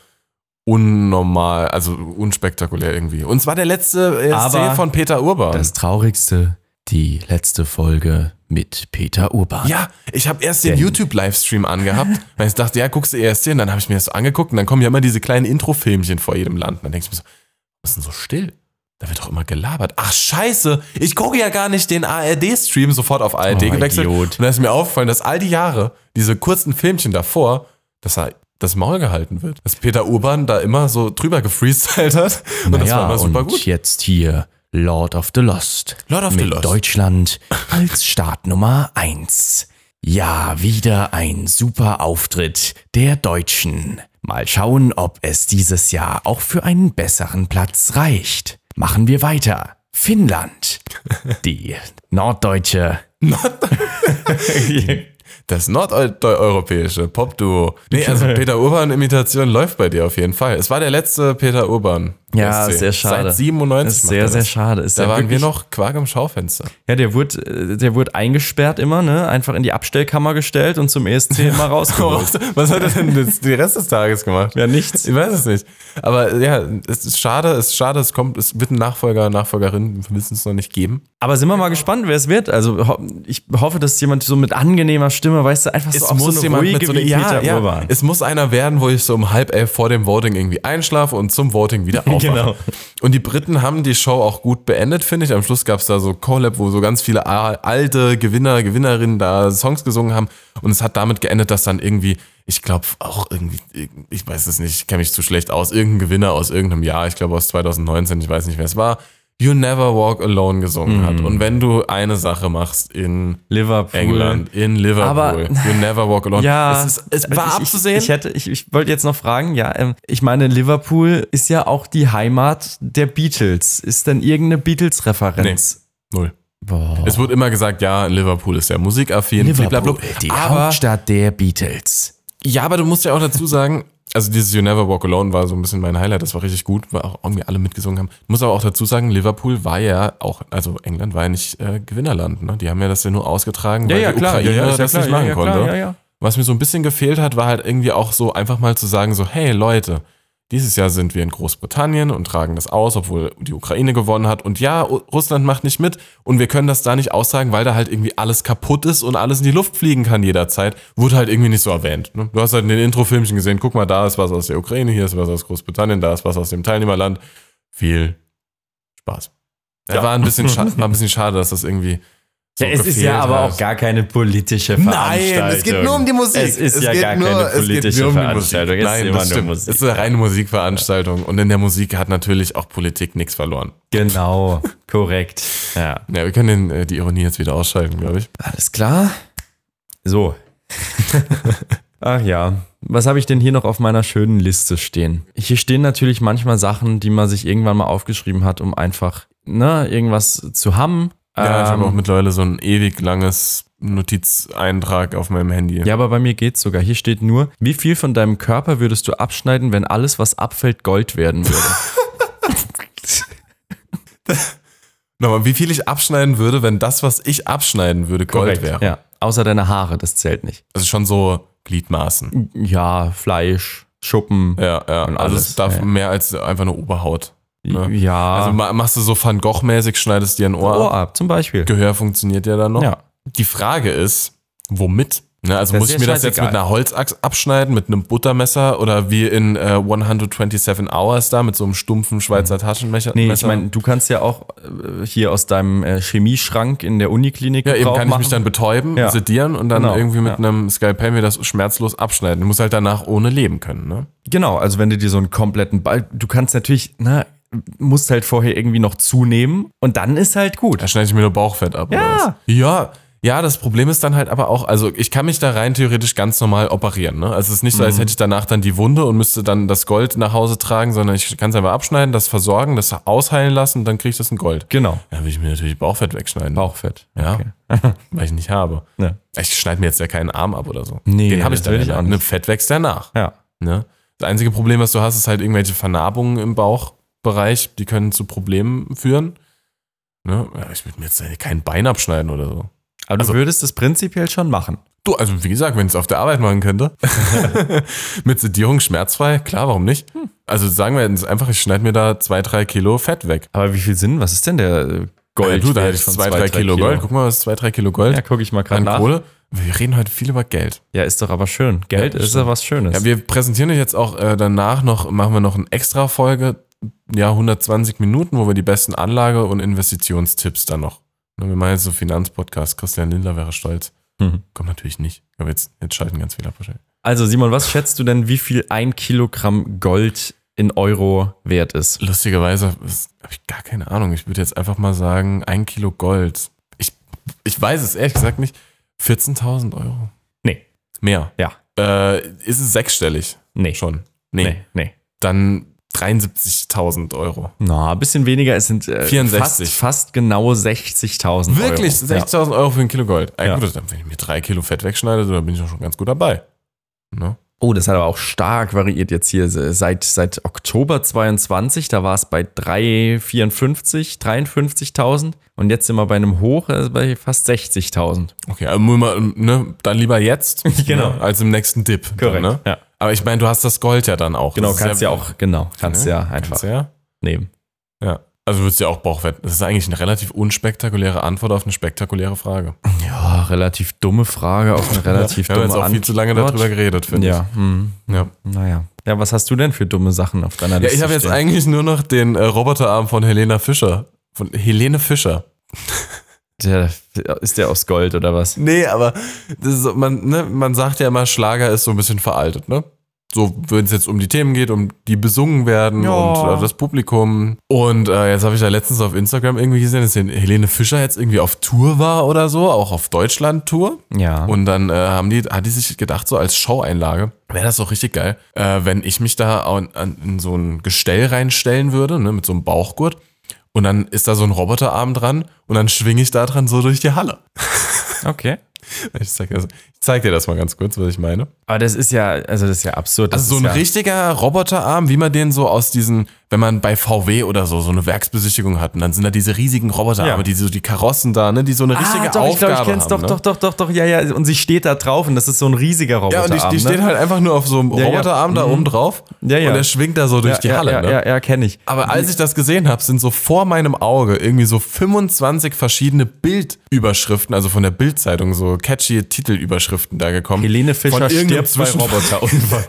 [SPEAKER 3] unnormal, also unspektakulär irgendwie. Und es war der letzte ESC
[SPEAKER 4] Aber
[SPEAKER 3] von Peter Urban.
[SPEAKER 4] Das Traurigste, die letzte Folge mit Peter Urban.
[SPEAKER 3] Ja, ich habe erst den YouTube-Livestream angehabt, weil ich dachte, ja, guckst du E ESC und dann habe ich mir das so angeguckt und dann kommen ja immer diese kleinen Intro-Filmchen vor jedem Land. Und dann denke ich mir so, was ist denn so still? Da wird doch immer gelabert. Ach scheiße, ich gucke ja gar nicht den ARD-Stream sofort auf ARD
[SPEAKER 4] Oh,
[SPEAKER 3] gewechselt.
[SPEAKER 4] Idiot.
[SPEAKER 3] Und da ist mir aufgefallen, dass all die Jahre, diese kurzen Filmchen davor, dass er das Maul gehalten wird. Dass Peter Urban da immer so drüber gefreestylt hat. Und das war
[SPEAKER 4] Naja,
[SPEAKER 3] immer
[SPEAKER 4] und
[SPEAKER 3] super gut.
[SPEAKER 4] jetzt hier Lord of the Lost.
[SPEAKER 3] Lord of the
[SPEAKER 4] mit
[SPEAKER 3] Lost.
[SPEAKER 4] Deutschland als Start Nummer 1. Ja, wieder ein super Auftritt der Deutschen. Mal schauen, ob es dieses Jahr auch für einen besseren Platz reicht. Machen wir weiter. Finnland. Die norddeutsche
[SPEAKER 3] Das nordeuropäische Popduo. Nee, also Peter Urban-Imitation läuft bei dir auf jeden Fall. Es war der letzte Peter Urban.
[SPEAKER 4] Ja,
[SPEAKER 3] SC.
[SPEAKER 4] sehr schade.
[SPEAKER 3] Seit 97.
[SPEAKER 4] Ist
[SPEAKER 3] macht
[SPEAKER 4] sehr,
[SPEAKER 3] er
[SPEAKER 4] sehr
[SPEAKER 3] das.
[SPEAKER 4] schade. Ist
[SPEAKER 3] Da
[SPEAKER 4] ja
[SPEAKER 3] waren wir
[SPEAKER 4] wirklich-
[SPEAKER 3] noch Quark im Schaufenster.
[SPEAKER 4] Ja, der wurde, äh, der wurde eingesperrt immer, ne? Einfach in die Abstellkammer gestellt und zum ESC immer rausgeholt.
[SPEAKER 3] Was hat er denn das, den Rest des Tages gemacht?
[SPEAKER 4] Ja, nichts.
[SPEAKER 3] Ich weiß es nicht. Aber ja, es ist schade, es ist schade, es kommt, es wird einen Nachfolger, Nachfolgerin, wir wissen es noch nicht geben.
[SPEAKER 4] Aber sind wir mal gespannt, wer es wird. Also ho ich hoffe, dass jemand so mit angenehmer Stimme, weißt du, einfach so auch so eine ruhige wie
[SPEAKER 3] ja,
[SPEAKER 4] Peter
[SPEAKER 3] ja,
[SPEAKER 4] Urban.
[SPEAKER 3] es muss einer werden, wo ich so um halb elf vor dem Voting irgendwie einschlafe und zum Voting wieder aufwache.
[SPEAKER 4] Genau.
[SPEAKER 3] Und die Briten haben die Show auch gut beendet, finde ich. Am Schluss gab es da so Collab, wo so ganz viele a- alte Gewinner, Gewinnerinnen da Songs gesungen haben. Und es hat damit geendet, dass dann irgendwie, ich glaube auch irgendwie, ich weiß es nicht, ich kenne mich zu schlecht aus, irgendein Gewinner aus irgendeinem Jahr, ich glaube aus 2019, ich weiß nicht, wer es war, You Never Walk Alone gesungen
[SPEAKER 4] Mhm.
[SPEAKER 3] hat. Und wenn du eine Sache machst in
[SPEAKER 4] Liverpool.
[SPEAKER 3] England, in Liverpool.
[SPEAKER 4] Aber-
[SPEAKER 3] you never walk alone.
[SPEAKER 4] Ja, Also
[SPEAKER 3] es, ist, es war
[SPEAKER 4] ich,
[SPEAKER 3] abzusehen.
[SPEAKER 4] Ich, ich, hätte, ich, ich wollte jetzt noch fragen, ja, ähm, ich meine, Liverpool ist ja auch die Heimat der Beatles. Ist denn irgendeine Beatles-Referenz?
[SPEAKER 3] Null.
[SPEAKER 4] Boah.
[SPEAKER 3] Es wird immer gesagt, ja, Liverpool ist ja musikaffin, blablabla.
[SPEAKER 4] die
[SPEAKER 3] Aber,
[SPEAKER 4] Hauptstadt der Beatles.
[SPEAKER 3] ja, aber du musst ja auch dazu sagen, also dieses You Never Walk Alone war so ein bisschen mein Highlight, das war richtig gut, weil auch irgendwie alle mitgesungen haben. Ich muss aber auch dazu sagen, Liverpool war ja auch, also England war ja nicht äh, Gewinnerland, ne? Die haben ja das ja nur ausgetragen,
[SPEAKER 4] Ja,
[SPEAKER 3] weil
[SPEAKER 4] ja,
[SPEAKER 3] die
[SPEAKER 4] klar,
[SPEAKER 3] Ukraine
[SPEAKER 4] ja, ja, ist ja
[SPEAKER 3] das
[SPEAKER 4] klar,
[SPEAKER 3] nicht
[SPEAKER 4] ja,
[SPEAKER 3] machen
[SPEAKER 4] ja,
[SPEAKER 3] konnte.
[SPEAKER 4] klar, ja, ja.
[SPEAKER 3] Was mir so ein bisschen gefehlt hat, war halt irgendwie auch so einfach mal zu sagen, so, hey Leute, dieses Jahr sind wir in Großbritannien und tragen das aus, obwohl die Ukraine gewonnen hat. Und ja, U- Russland macht nicht mit und wir können das da nicht austragen, weil da halt irgendwie alles kaputt ist und alles in die Luft fliegen kann jederzeit. Wurde halt irgendwie nicht so erwähnt. Ne? Du hast halt in den Introfilmchen gesehen, guck mal, da ist was aus der Ukraine, hier ist was aus Großbritannien, da ist was aus dem Teilnehmerland. Viel Spaß. Ja. War, ein bisschen scha- war ein bisschen schade, dass das irgendwie. So
[SPEAKER 4] es ist ja
[SPEAKER 3] gefehlt
[SPEAKER 4] aber
[SPEAKER 3] hat.
[SPEAKER 4] auch gar keine politische Veranstaltung.
[SPEAKER 3] Nein, es geht nur um die Musik.
[SPEAKER 4] Es ist ja
[SPEAKER 3] geht
[SPEAKER 4] gar
[SPEAKER 3] nur-
[SPEAKER 4] keine
[SPEAKER 3] es geht
[SPEAKER 4] politische
[SPEAKER 3] nur um die
[SPEAKER 4] Veranstaltung.
[SPEAKER 3] Musik.
[SPEAKER 4] Es ist
[SPEAKER 3] Nein,
[SPEAKER 4] immer
[SPEAKER 3] das
[SPEAKER 4] nur
[SPEAKER 3] stimmt.
[SPEAKER 4] Musik.
[SPEAKER 3] Es ist eine reine Musikveranstaltung. Und in der Musik hat natürlich auch Politik nichts verloren.
[SPEAKER 4] Genau, korrekt. Ja.
[SPEAKER 3] Ja, wir können den, äh, die Ironie jetzt wieder ausschalten, glaube ich.
[SPEAKER 4] Alles klar? So. Ach ja. Was habe ich denn hier noch auf meiner schönen Liste stehen? Hier stehen natürlich manchmal Sachen, die man sich irgendwann mal aufgeschrieben hat, um einfach, ne, irgendwas zu haben.
[SPEAKER 3] Ja, ich
[SPEAKER 4] Ähm,
[SPEAKER 3] habe auch mittlerweile so ein ewig langes Notizeintrag auf meinem Handy.
[SPEAKER 4] ja, aber bei mir geht's sogar. Hier steht nur, wie viel von deinem Körper würdest du abschneiden, wenn alles, was abfällt, Gold werden würde?
[SPEAKER 3] Nochmal, wie viel ich abschneiden würde, wenn das, was ich abschneiden würde, Gold wäre.
[SPEAKER 4] ja. Außer deine Haare, das zählt nicht.
[SPEAKER 3] Also schon so
[SPEAKER 4] Mhm.
[SPEAKER 3] Gliedmaßen.
[SPEAKER 4] Ja, Fleisch, Schuppen.
[SPEAKER 3] Ja, ja. Also es
[SPEAKER 4] alles,
[SPEAKER 3] darf
[SPEAKER 4] ja.
[SPEAKER 3] mehr als einfach eine Oberhaut. ne?
[SPEAKER 4] Ja.
[SPEAKER 3] Also ma- machst du so Van Gogh-mäßig, schneidest dir ein Ohr, ab.
[SPEAKER 4] Ohr ab, zum Beispiel.
[SPEAKER 3] Gehör funktioniert ja dann noch.
[SPEAKER 4] Ja.
[SPEAKER 3] Die Frage ist, womit? Ne, also
[SPEAKER 4] Das
[SPEAKER 3] muss
[SPEAKER 4] ist
[SPEAKER 3] ich mir
[SPEAKER 4] ja
[SPEAKER 3] das jetzt mit
[SPEAKER 4] scheißegal.
[SPEAKER 3] einer Holzachs abschneiden, mit einem Buttermesser oder wie in äh, 127 Hours da mit so einem stumpfen Schweizer Taschenmesser?
[SPEAKER 4] Mhm. Nee, ich meine, du kannst ja auch äh, hier aus deinem äh, Chemieschrank in der Uniklinik
[SPEAKER 3] ja, eben
[SPEAKER 4] Gebrauch
[SPEAKER 3] kann ich mich dann betäuben,
[SPEAKER 4] Ja.
[SPEAKER 3] sedieren und dann
[SPEAKER 4] Genau,
[SPEAKER 3] irgendwie mit einem Skalpell mir das schmerzlos abschneiden. Du musst halt danach ohne leben können, ne?
[SPEAKER 4] Genau, also wenn du dir so einen kompletten Ball, du kannst natürlich, na, musst halt vorher irgendwie noch zunehmen und dann ist halt gut.
[SPEAKER 3] Da schneide ich mir nur Bauchfett ab.
[SPEAKER 4] Ja.
[SPEAKER 3] was? Ja. Ja, das Problem ist dann halt aber auch, also ich kann mich da rein theoretisch ganz normal operieren. Ne? Also es ist nicht so, als
[SPEAKER 4] Mhm.
[SPEAKER 3] hätte ich danach dann die Wunde und müsste dann das Gold nach Hause tragen, sondern ich kann es einfach abschneiden, das versorgen, das ausheilen lassen und dann kriege ich das in Gold.
[SPEAKER 4] Genau.
[SPEAKER 3] Da will ich mir natürlich Bauchfett wegschneiden.
[SPEAKER 4] Bauchfett.
[SPEAKER 3] Ja, weil ich nicht habe.
[SPEAKER 4] Ja.
[SPEAKER 3] Ich schneide mir jetzt ja keinen Arm ab oder so.
[SPEAKER 4] Nee,
[SPEAKER 3] Den habe ich
[SPEAKER 4] das
[SPEAKER 3] dann
[SPEAKER 4] will ich
[SPEAKER 3] ja
[SPEAKER 4] auch
[SPEAKER 3] nicht.
[SPEAKER 4] nicht.
[SPEAKER 3] Ne, Fett wächst danach.
[SPEAKER 4] Ja.
[SPEAKER 3] Ne? Das einzige Problem, was du hast, ist halt irgendwelche Vernarbungen im Bauchbereich, die können zu Problemen führen. Ne? Ja, ich würde mir jetzt kein Bein abschneiden oder so.
[SPEAKER 4] Aber du würdest es prinzipiell schon machen.
[SPEAKER 3] Du, also wie gesagt, wenn ich es auf der Arbeit machen könnte. Mit Sedierung schmerzfrei, klar, warum nicht? Also sagen wir jetzt einfach, ich schneide mir da zwei, drei Kilo Fett weg.
[SPEAKER 4] Aber wie viel Sinn? Was ist denn der äh,
[SPEAKER 3] Ja,
[SPEAKER 4] Gold?
[SPEAKER 3] du, da hätte ich zwei, drei Kilo, Gold. Guck mal, was ist zwei, drei Kilo Gold?
[SPEAKER 4] Ja, guck ich mal gerade
[SPEAKER 3] An
[SPEAKER 4] nach.
[SPEAKER 3] Kohle. Wir reden heute viel über Geld.
[SPEAKER 4] Ja, ist doch aber schön. Geld
[SPEAKER 3] Ja,
[SPEAKER 4] ist ja was Schönes.
[SPEAKER 3] Ja, wir präsentieren euch jetzt auch äh, danach noch, machen wir noch eine extra Folge, ja, 120 Minuten, wo wir die besten Anlage- und Investitionstipps dann noch. Ne, Wir machen jetzt so einen Finanzpodcast. Christian Lindner wäre stolz.
[SPEAKER 4] Mhm.
[SPEAKER 3] Kommt natürlich nicht. Aber jetzt, jetzt schalten ganz viele ab wahrscheinlich.
[SPEAKER 4] also Simon, was schätzt du denn, wie viel ein Kilogramm Gold in Euro wert ist?
[SPEAKER 3] Lustigerweise habe ich gar keine Ahnung. Ich würde jetzt einfach mal sagen, ein Kilo Gold. Ich, ich weiß es ehrlich gesagt nicht. 14.000 Euro.
[SPEAKER 4] Nee.
[SPEAKER 3] Mehr.
[SPEAKER 4] Ja.
[SPEAKER 3] Äh, ist es sechsstellig?
[SPEAKER 4] Nee.
[SPEAKER 3] Schon. Nee.
[SPEAKER 4] Nee, nee.
[SPEAKER 3] Dann 73.000 Euro.
[SPEAKER 4] Na, ein bisschen weniger. Es sind äh,
[SPEAKER 3] 64.
[SPEAKER 4] Fast, fast genau 60.000 Euro.
[SPEAKER 3] Wirklich?
[SPEAKER 4] Ja.
[SPEAKER 3] 60.000 Euro für ein Kilo Gold. Ah,
[SPEAKER 4] Ja.
[SPEAKER 3] gut, dann, wenn ich mir drei Kilo Fett wegschneide, dann bin ich doch schon ganz gut dabei. Ne?
[SPEAKER 4] Oh, das hat aber auch stark variiert jetzt hier. Seit, seit Oktober 22, da war es bei 354, 53.000 und jetzt sind wir bei einem Hoch, also bei fast 60.000.
[SPEAKER 3] Okay, also muss man, ne, dann lieber jetzt
[SPEAKER 4] Genau.
[SPEAKER 3] ne, als im nächsten Dip. Dann,
[SPEAKER 4] Korrekt,
[SPEAKER 3] ne?
[SPEAKER 4] ja.
[SPEAKER 3] Aber ich meine, du hast das Gold ja dann auch.
[SPEAKER 4] Genau,
[SPEAKER 3] Das ist
[SPEAKER 4] kannst ja auch, genau, kannst
[SPEAKER 3] Ne?
[SPEAKER 4] ja einfach
[SPEAKER 3] Kannst ja.
[SPEAKER 4] nehmen.
[SPEAKER 3] Ja. Also würdest du ja auch Bauchwetten. Das ist eigentlich eine relativ unspektakuläre Antwort auf eine spektakuläre Frage.
[SPEAKER 4] Ja, relativ dumme Frage auf eine relativ
[SPEAKER 3] Wir haben
[SPEAKER 4] dumme
[SPEAKER 3] jetzt auch viel
[SPEAKER 4] Antwort.
[SPEAKER 3] zu lange darüber geredet, finde
[SPEAKER 4] Ja, hm,
[SPEAKER 3] ich. Ja.
[SPEAKER 4] naja. Ja, was hast du denn für dumme Sachen auf deiner
[SPEAKER 3] Ja,
[SPEAKER 4] Liste?
[SPEAKER 3] ich habe jetzt
[SPEAKER 4] stehen?
[SPEAKER 3] eigentlich nur noch den äh, Roboterarm von Helena Fischer. Von Helene Fischer.
[SPEAKER 4] Der, ist der aus Gold oder was?
[SPEAKER 3] Nee, aber das ist, so- man, ne, man sagt ja immer, Schlager ist so ein bisschen veraltet, ne? So, wenn es jetzt um die Themen geht, um die besungen werden und äh, das Publikum. Und äh, jetzt habe ich ja letztens auf Instagram irgendwie gesehen, dass Helene Fischer jetzt irgendwie auf Tour war oder so, auch auf Deutschland-Tour.
[SPEAKER 4] Ja.
[SPEAKER 3] Und dann äh, haben die, hat die sich gedacht, so als Show-Einlage, wäre das doch richtig geil, äh, wenn ich mich da an, an, in so ein Gestell reinstellen würde, ne, mit so einem Bauchgurt. Und dann ist da so ein Roboterarm dran und dann schwinge ich da dran so durch die Halle.
[SPEAKER 4] Okay.
[SPEAKER 3] Ich zeig, dir das, ich zeig dir das mal ganz kurz, was ich meine.
[SPEAKER 4] Aber das ist ja, also das ist ja absurd. Das
[SPEAKER 3] Also so
[SPEAKER 4] ist
[SPEAKER 3] ein
[SPEAKER 4] ja,
[SPEAKER 3] richtiger Roboterarm, wie man den so aus diesen, wenn man bei VW oder so so eine Werksbesichtigung hat, und dann sind da diese riesigen Roboterarme,
[SPEAKER 4] Ja.
[SPEAKER 3] die so die Karossen da, ne, die so eine richtige
[SPEAKER 4] ah, doch, ich
[SPEAKER 3] Aufgabe
[SPEAKER 4] glaube, ich kenn's
[SPEAKER 3] haben.
[SPEAKER 4] doch,
[SPEAKER 3] ne?
[SPEAKER 4] doch, doch, doch, doch, ja, ja. Und sie steht da drauf und das ist so ein riesiger
[SPEAKER 3] Ja,
[SPEAKER 4] Roboterarm.
[SPEAKER 3] und die, die steht
[SPEAKER 4] ne?
[SPEAKER 3] halt einfach nur auf so einem
[SPEAKER 4] ja. Mhm.
[SPEAKER 3] Roboterarm da oben drauf
[SPEAKER 4] Ja, ja.
[SPEAKER 3] und der schwingt da so durch
[SPEAKER 4] ja,
[SPEAKER 3] die
[SPEAKER 4] ja,
[SPEAKER 3] Halle.
[SPEAKER 4] Ja,
[SPEAKER 3] ne?
[SPEAKER 4] ja, ja kenne ich.
[SPEAKER 3] Aber als ich das gesehen habe, sind so vor meinem Auge irgendwie so 25 verschiedene Bildüberschriften, also von der Bildzeitung so catchy Titelüberschriften da gekommen.
[SPEAKER 4] Helene Fischer
[SPEAKER 3] Von irgendeinem
[SPEAKER 4] stirbt bei
[SPEAKER 3] Zwischen-
[SPEAKER 4] Roboterunfall.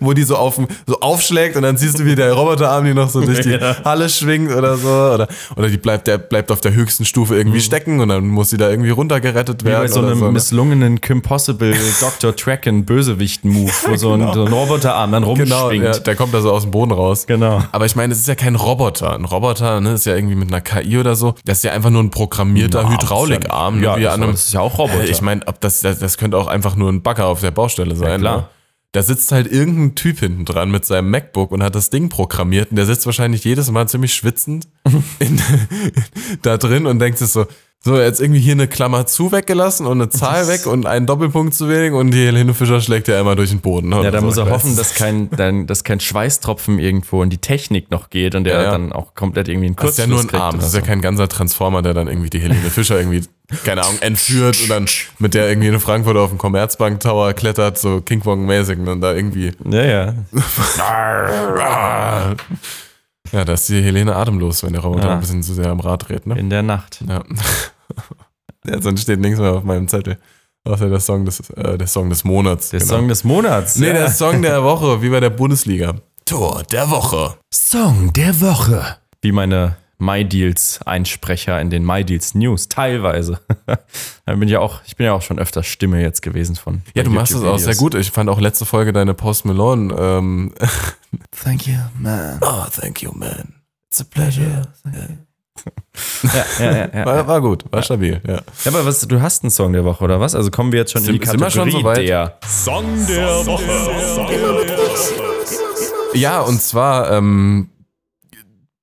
[SPEAKER 3] Wo die so, auf, so aufschlägt und dann siehst du, wie der Roboterarm die noch so durch die
[SPEAKER 4] Ja.
[SPEAKER 3] Halle schwingt oder so. Oder, oder die bleibt, der bleibt auf der höchsten Stufe irgendwie stecken und dann muss sie da irgendwie runtergerettet
[SPEAKER 4] Mhm. Wie
[SPEAKER 3] werden.
[SPEAKER 4] bei so
[SPEAKER 3] oder
[SPEAKER 4] einem
[SPEAKER 3] ne?
[SPEAKER 4] misslungenen Kim Possible Dr. Tracken Bösewicht-Move, wo so ein, so ein Roboterarm dann
[SPEAKER 3] Genau,
[SPEAKER 4] rumschwingt.
[SPEAKER 3] ja, der kommt da so aus dem Boden raus.
[SPEAKER 4] Genau.
[SPEAKER 3] Aber ich meine, es ist ja kein Roboter. Ein Roboter ne, ist ja irgendwie mit einer KI oder so. Das ist ja einfach nur ein programmierter
[SPEAKER 4] Na,
[SPEAKER 3] Hydraulikarm.
[SPEAKER 4] ja,
[SPEAKER 3] ne, wie
[SPEAKER 4] das-
[SPEAKER 3] an einem-
[SPEAKER 4] das ist ja auch Roboter.
[SPEAKER 3] Ich meine, ob das, das, das könnte auch einfach nur ein Bagger auf der Baustelle sein.
[SPEAKER 4] klar.
[SPEAKER 3] Ne? Da sitzt halt irgendein Typ hinten dran mit seinem MacBook und hat das Ding programmiert und der sitzt wahrscheinlich jedes Mal ziemlich schwitzend in, da drin und denkt sich so, so, jetzt irgendwie hier eine Klammer zu weggelassen und eine Zahl weg und einen Doppelpunkt zu wenig und die Helene Fischer schlägt ja einmal durch den Boden. Also,
[SPEAKER 4] ja, da muss er hoffen, dass kein, dann, dass kein Schweißtropfen irgendwo in die Technik noch geht und der
[SPEAKER 3] Ja, ja.
[SPEAKER 4] dann auch komplett irgendwie einen
[SPEAKER 3] Das ist ja
[SPEAKER 4] Kurzschluss
[SPEAKER 3] nur ein
[SPEAKER 4] kriegt
[SPEAKER 3] Arm.
[SPEAKER 4] oder
[SPEAKER 3] Das ist ja
[SPEAKER 4] so.
[SPEAKER 3] kein ganzer Transformer, der dann irgendwie die Helene Fischer irgendwie, keine Ahnung, entführt und dann mit der irgendwie in Frankfurt auf den Commerzbank Tower klettert, so King Kong-mäßig und dann da irgendwie.
[SPEAKER 4] Ja, ja.
[SPEAKER 3] Ja, da ist die Helene atemlos, wenn der Roboter
[SPEAKER 4] Ah.
[SPEAKER 3] ein bisschen zu sehr am Rad dreht, ne?
[SPEAKER 4] In der Nacht.
[SPEAKER 3] Ja. ja, sonst steht nichts mehr auf meinem Zettel. Außer der Song des, äh, der Song des Monats.
[SPEAKER 4] Der
[SPEAKER 3] genau.
[SPEAKER 4] Song des Monats.
[SPEAKER 3] nee,
[SPEAKER 4] ja.
[SPEAKER 3] der Song der Woche, wie bei der Bundesliga. Tor der Woche.
[SPEAKER 5] Song der Woche.
[SPEAKER 4] wie meine MyDeals-Einsprecher in den MyDeals News, teilweise. da bin ich ja auch, ich bin ja auch schon öfter Stimme jetzt gewesen von.
[SPEAKER 3] Ja, du machst das auch sehr gut. Ich fand auch letzte Folge deine Post Malone. Ähm,
[SPEAKER 4] Thank you, man.
[SPEAKER 3] oh, thank you, man. It's a pleasure.
[SPEAKER 4] Ja, ja, ja, ja.
[SPEAKER 3] War, war gut, war stabil. Ja.
[SPEAKER 4] ja aber was, du hast einen Song der Woche, oder was? Also kommen wir jetzt schon in die
[SPEAKER 3] Sind- sind wir
[SPEAKER 4] Kategorie
[SPEAKER 3] schon so weit?
[SPEAKER 4] der.
[SPEAKER 3] ja, und zwar ähm,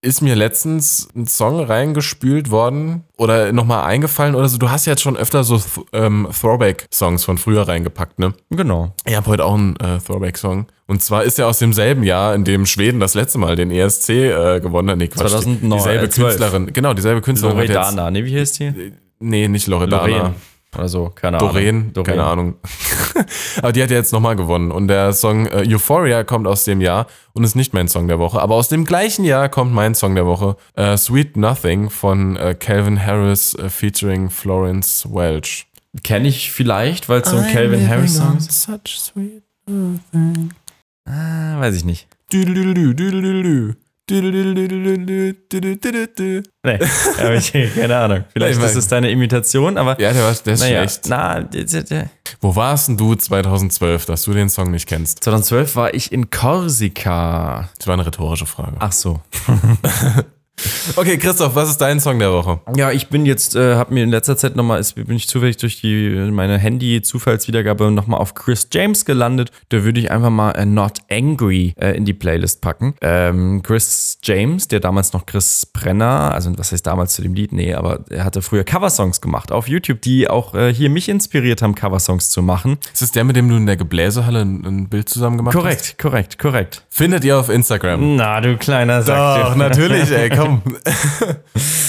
[SPEAKER 3] ist mir letztens ein Song reingespült worden oder nochmal eingefallen oder so. Du hast ja jetzt schon öfter so Th ähm, Throwback-Songs von früher reingepackt, ne?
[SPEAKER 4] Genau.
[SPEAKER 3] Ich habe heute auch einen äh, Throwback-Song. Und zwar ist er aus demselben Jahr, in dem Schweden das letzte Mal den ESC äh, gewonnen hat. Nee, Quatsch.
[SPEAKER 4] 2009,
[SPEAKER 3] dieselbe
[SPEAKER 4] äh, 12.
[SPEAKER 3] Künstlerin. Genau, dieselbe Künstlerin. hat jetzt-
[SPEAKER 4] Loredana, ne, wie heißt die?
[SPEAKER 3] Nee, nicht Loredana.
[SPEAKER 4] Loreen. Oder so, keine Ahnung.
[SPEAKER 3] Doreen, keine Ahnung. aber die hat ja jetzt nochmal gewonnen. Und der Song äh, Euphoria kommt aus dem Jahr und ist nicht mein Song der Woche. Aber aus dem gleichen Jahr kommt mein Song der Woche. Äh, Sweet Nothing von äh, Calvin Harris äh, featuring Florence Welch.
[SPEAKER 4] Kenne ich vielleicht, weil es so ein Calvin Harris Song ist.
[SPEAKER 3] Such sweet.
[SPEAKER 4] Ah, weiß ich nicht.
[SPEAKER 3] Düdelüdelü, düdelüdelü, düdelüdelü, düdelüdelü.
[SPEAKER 4] Nee, aber ich, keine Ahnung. Vielleicht
[SPEAKER 3] Nee,
[SPEAKER 4] ist
[SPEAKER 3] weil-
[SPEAKER 4] es deine Imitation, aber
[SPEAKER 3] Ja, der, war, der ist
[SPEAKER 4] naja.
[SPEAKER 3] schlecht.
[SPEAKER 4] Na, d- d- d-
[SPEAKER 3] Wo warst denn du 2012, dass du den Song nicht kennst?
[SPEAKER 4] 2012 war ich in Korsika.
[SPEAKER 3] Das war eine rhetorische Frage.
[SPEAKER 4] Ach so.
[SPEAKER 3] Okay, Christoph, was ist dein Song der Woche?
[SPEAKER 4] Ja, ich bin jetzt, äh, habe mir in letzter Zeit nochmal, ist- bin ich zufällig durch die meine Handy-Zufallswiedergabe nochmal auf Chris James gelandet. Da würde ich einfach mal äh, Not Angry äh, in die Playlist packen. Ähm, Chris James, der damals noch Chris Brenner, also was heißt damals zu dem Lied? Nee, aber er hatte früher Coversongs gemacht auf YouTube, die auch äh, hier mich inspiriert haben, Coversongs zu machen.
[SPEAKER 3] Ist es der, mit dem du in der Gebläsehalle ein, ein Bild zusammen gemacht hast?
[SPEAKER 4] Korrekt, korrekt, korrekt.
[SPEAKER 3] Findet ihr auf Instagram?
[SPEAKER 4] Na, du kleiner Sack.
[SPEAKER 3] Doch, Hm. natürlich, ey, komm.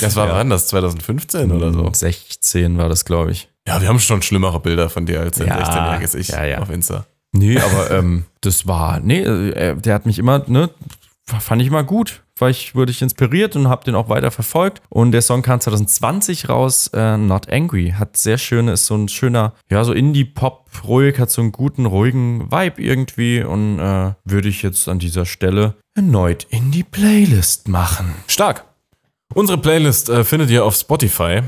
[SPEAKER 3] Das war wann das? 2015 oder so?
[SPEAKER 4] 16 war das, glaube ich.
[SPEAKER 3] Ja, wir haben schon schlimmere Bilder von dir als ein
[SPEAKER 4] Ja,
[SPEAKER 3] 16-jähriges Ich
[SPEAKER 4] ja, ja.
[SPEAKER 3] auf Insta.
[SPEAKER 4] Nee, aber ähm, das war, nee, äh, der hat mich immer, ne, fand ich immer gut, weil ich wurde ich inspiriert und habe den auch weiter verfolgt. Und der Song kam 2020 raus, äh, Not Angry, hat sehr schöne, ist so ein schöner, ja, so Indie-Pop, ruhig, hat so einen guten, ruhigen Vibe irgendwie und äh, würde ich jetzt an dieser Stelle erneut in die Playlist machen.
[SPEAKER 3] Stark. Unsere Playlist äh, findet ihr auf Spotify.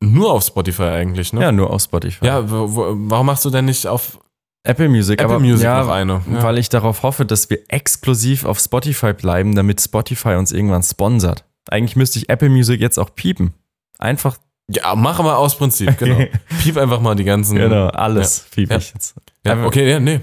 [SPEAKER 3] Nur auf Spotify eigentlich, ne?
[SPEAKER 4] Ja, nur auf Spotify.
[SPEAKER 3] Ja, wo, wo, warum machst du denn nicht auf
[SPEAKER 4] Apple Music,
[SPEAKER 3] Apple
[SPEAKER 4] aber
[SPEAKER 3] Music
[SPEAKER 4] ja,
[SPEAKER 3] noch eine? Ja.
[SPEAKER 4] weil ich darauf hoffe, dass wir exklusiv auf Spotify bleiben, damit Spotify uns irgendwann sponsert. Eigentlich müsste ich Apple Music jetzt auch piepen. Einfach
[SPEAKER 3] ja, machen wir aus Prinzip, genau. Piep einfach mal die ganzen.
[SPEAKER 4] alles piep ich jetzt.
[SPEAKER 3] Genau. Ja, okay, ja, nee.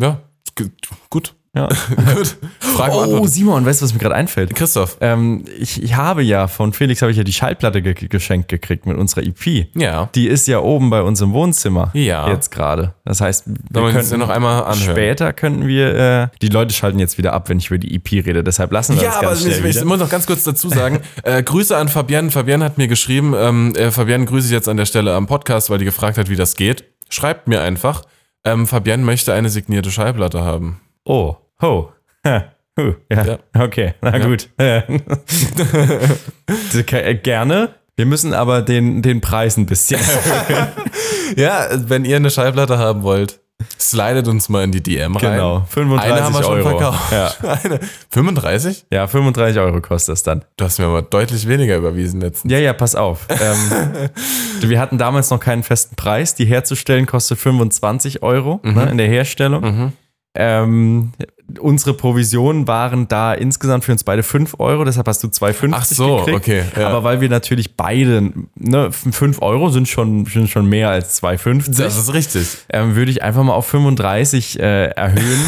[SPEAKER 3] Ja, g- gut.
[SPEAKER 4] Ja.
[SPEAKER 3] gut. Frage
[SPEAKER 4] Oh,
[SPEAKER 3] oh,
[SPEAKER 4] Simon, weißt du, was mir gerade einfällt?
[SPEAKER 3] Christoph.
[SPEAKER 4] Ähm, ich, ich habe ja von Felix habe ich ja die Schallplatte ge geschenkt gekriegt mit unserer EP.
[SPEAKER 3] Ja.
[SPEAKER 4] Die ist ja oben bei uns im Wohnzimmer.
[SPEAKER 3] Ja.
[SPEAKER 4] Jetzt gerade. Das heißt,
[SPEAKER 3] Sollen
[SPEAKER 4] wir
[SPEAKER 3] wir uns den noch einmal anhören?
[SPEAKER 4] später könnten wir. Äh, die Leute schalten jetzt wieder ab, wenn ich über die EP rede. Deshalb lassen wir
[SPEAKER 3] Ja,
[SPEAKER 4] das
[SPEAKER 3] aber
[SPEAKER 4] ganz
[SPEAKER 3] ich,
[SPEAKER 4] schnell
[SPEAKER 3] ich
[SPEAKER 4] wieder.
[SPEAKER 3] muss noch ganz kurz dazu sagen, äh, Grüße an Fabienne. Fabienne hat mir geschrieben, ähm, äh, Fabienne grüße ich jetzt an der Stelle am Podcast, weil die gefragt hat, wie das geht. Schreibt mir einfach, ähm, Fabienne möchte eine signierte Schallplatte haben.
[SPEAKER 4] Oh, ho. Ha. Huh. Ja.
[SPEAKER 3] Ja.
[SPEAKER 4] okay, na gut. Das kann- äh, Gerne. Wir müssen aber den, den Preis ein bisschen.
[SPEAKER 3] Ja, wenn ihr eine Schallplatte haben wollt, slidet uns mal in die DM rein.
[SPEAKER 4] Genau, 35
[SPEAKER 3] Eine haben wir schon
[SPEAKER 4] Euro.
[SPEAKER 3] verkauft. Eine. 35?
[SPEAKER 4] Ja, 35 Euro kostet das dann.
[SPEAKER 3] Du hast mir aber deutlich weniger überwiesen letztens.
[SPEAKER 4] Ja, ja, pass auf. Ähm, wir hatten damals noch keinen festen Preis. Die herzustellen kostet 25 Euro
[SPEAKER 3] Mhm.
[SPEAKER 4] ne, in der Herstellung. Ähm, unsere Provisionen waren da insgesamt für uns beide 5 Euro, deshalb hast du 2,50
[SPEAKER 3] Ach so,
[SPEAKER 4] gekriegt.
[SPEAKER 3] okay, ja.
[SPEAKER 4] Aber weil wir natürlich beide, ne, 5 Euro sind schon, sind schon mehr als 2,50
[SPEAKER 3] Das ist richtig.
[SPEAKER 4] ähm, würde ich einfach mal auf 35 äh, erhöhen.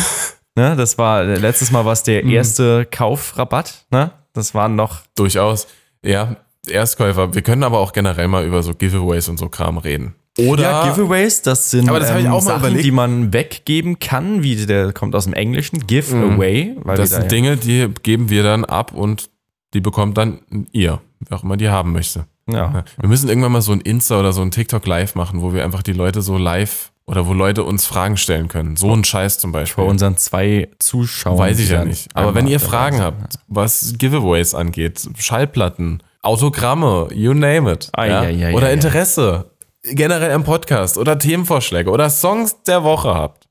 [SPEAKER 4] ne, das war, letztes Mal war es
[SPEAKER 3] Mhm.
[SPEAKER 4] der erste Kaufrabatt. Ne? Das waren noch,
[SPEAKER 3] Durchaus. Ja, Erstkäufer. Wir können aber auch generell mal über so Giveaways und so Kram reden. Oder
[SPEAKER 4] Ja, Giveaways, das sind ähm,
[SPEAKER 3] Aber das habe ich auch mal
[SPEAKER 4] Sachen,
[SPEAKER 3] überlegt.
[SPEAKER 4] die man weggeben kann, wie der kommt aus dem Englischen, Giveaway. Weil
[SPEAKER 3] Mhm. Das
[SPEAKER 4] wir da
[SPEAKER 3] sind Dinge, die geben wir dann ab und die bekommt dann ihr, wer auch immer die haben möchte.
[SPEAKER 4] ja, ja.
[SPEAKER 3] Ja. Wir müssen irgendwann mal so ein Insta oder so ein TikTok live machen, wo wir einfach die Leute so live oder wo Leute uns Fragen stellen können. So ein Scheiß zum Beispiel.
[SPEAKER 4] Bei unseren zwei Zuschauern.
[SPEAKER 3] Weiß ich
[SPEAKER 4] die
[SPEAKER 3] ja
[SPEAKER 4] dann
[SPEAKER 3] nicht. Aber
[SPEAKER 4] einmal
[SPEAKER 3] wenn ihr
[SPEAKER 4] dabei
[SPEAKER 3] Fragen
[SPEAKER 4] sind.
[SPEAKER 3] habt, was Giveaways angeht, Schallplatten, Autogramme, you name it.
[SPEAKER 4] Ei,
[SPEAKER 3] ja?
[SPEAKER 4] ei, ei,
[SPEAKER 3] oder
[SPEAKER 4] ei, ei.
[SPEAKER 3] Interesse generell am Podcast oder Themenvorschläge oder Songs der Woche habt.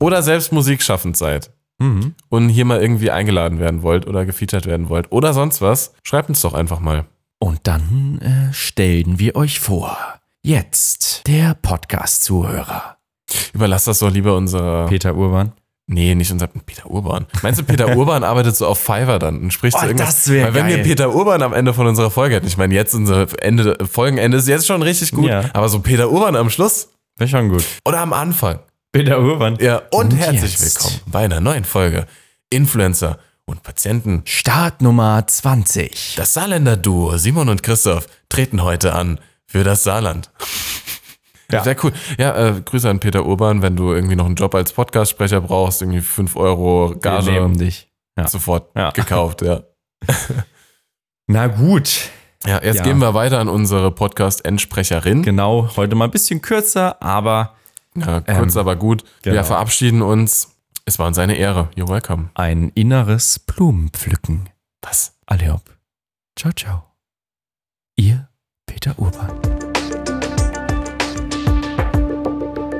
[SPEAKER 3] oder selbst Musik schaffend seid.
[SPEAKER 4] Mhm.
[SPEAKER 3] Und hier mal irgendwie eingeladen werden wollt oder gefeatured werden wollt oder sonst was, schreibt uns doch einfach mal.
[SPEAKER 4] Und dann äh, stellen wir euch vor. Jetzt der Podcast-Zuhörer.
[SPEAKER 3] Überlasst das doch lieber unserer.
[SPEAKER 4] Peter Urban.
[SPEAKER 3] nee, nicht unser Peter Urban. Meinst du, Peter Urban arbeitet so auf Fiverr dann und spricht
[SPEAKER 4] Oh,
[SPEAKER 3] so irgendwas?
[SPEAKER 4] das wär
[SPEAKER 3] Weil wenn wir
[SPEAKER 4] geil.
[SPEAKER 3] Peter Urban am Ende von unserer Folge hätten, ich meine, jetzt unser Ende, Folgenende ist jetzt schon richtig gut,
[SPEAKER 4] Ja.
[SPEAKER 3] aber so Peter Urban am Schluss
[SPEAKER 4] Wäre schon gut.
[SPEAKER 3] oder am Anfang.
[SPEAKER 4] Peter Urban.
[SPEAKER 3] Ja, und,
[SPEAKER 4] Und
[SPEAKER 3] herzlich
[SPEAKER 4] jetzt.
[SPEAKER 3] willkommen bei einer neuen Folge Influencer und Patienten.
[SPEAKER 4] Start Nummer 20.
[SPEAKER 3] Das Saarländer-Duo Simon und Christoph treten heute an für das Saarland.
[SPEAKER 4] Ja.
[SPEAKER 3] Sehr cool. Ja, äh, Grüße an Peter Urban, wenn du irgendwie noch einen Job als Podcast-Sprecher brauchst, irgendwie 5 Euro
[SPEAKER 4] Wir
[SPEAKER 3] Gage
[SPEAKER 4] nehmen dich.
[SPEAKER 3] sofort
[SPEAKER 4] Ja.
[SPEAKER 3] gekauft, ja.
[SPEAKER 4] Na gut.
[SPEAKER 3] Ja, jetzt
[SPEAKER 4] Ja.
[SPEAKER 3] gehen wir weiter an unsere Podcast-Endsprecherin.
[SPEAKER 4] Genau, heute mal ein bisschen kürzer, aber
[SPEAKER 3] Ja, kurz, aber gut. Wir
[SPEAKER 4] genau.
[SPEAKER 3] verabschieden uns. Es war uns eine Ehre. You're welcome.
[SPEAKER 4] ein inneres Blumenpflücken.
[SPEAKER 3] Was?
[SPEAKER 4] Alle hopp. Ciao, ciao. Ihr Peter Urban.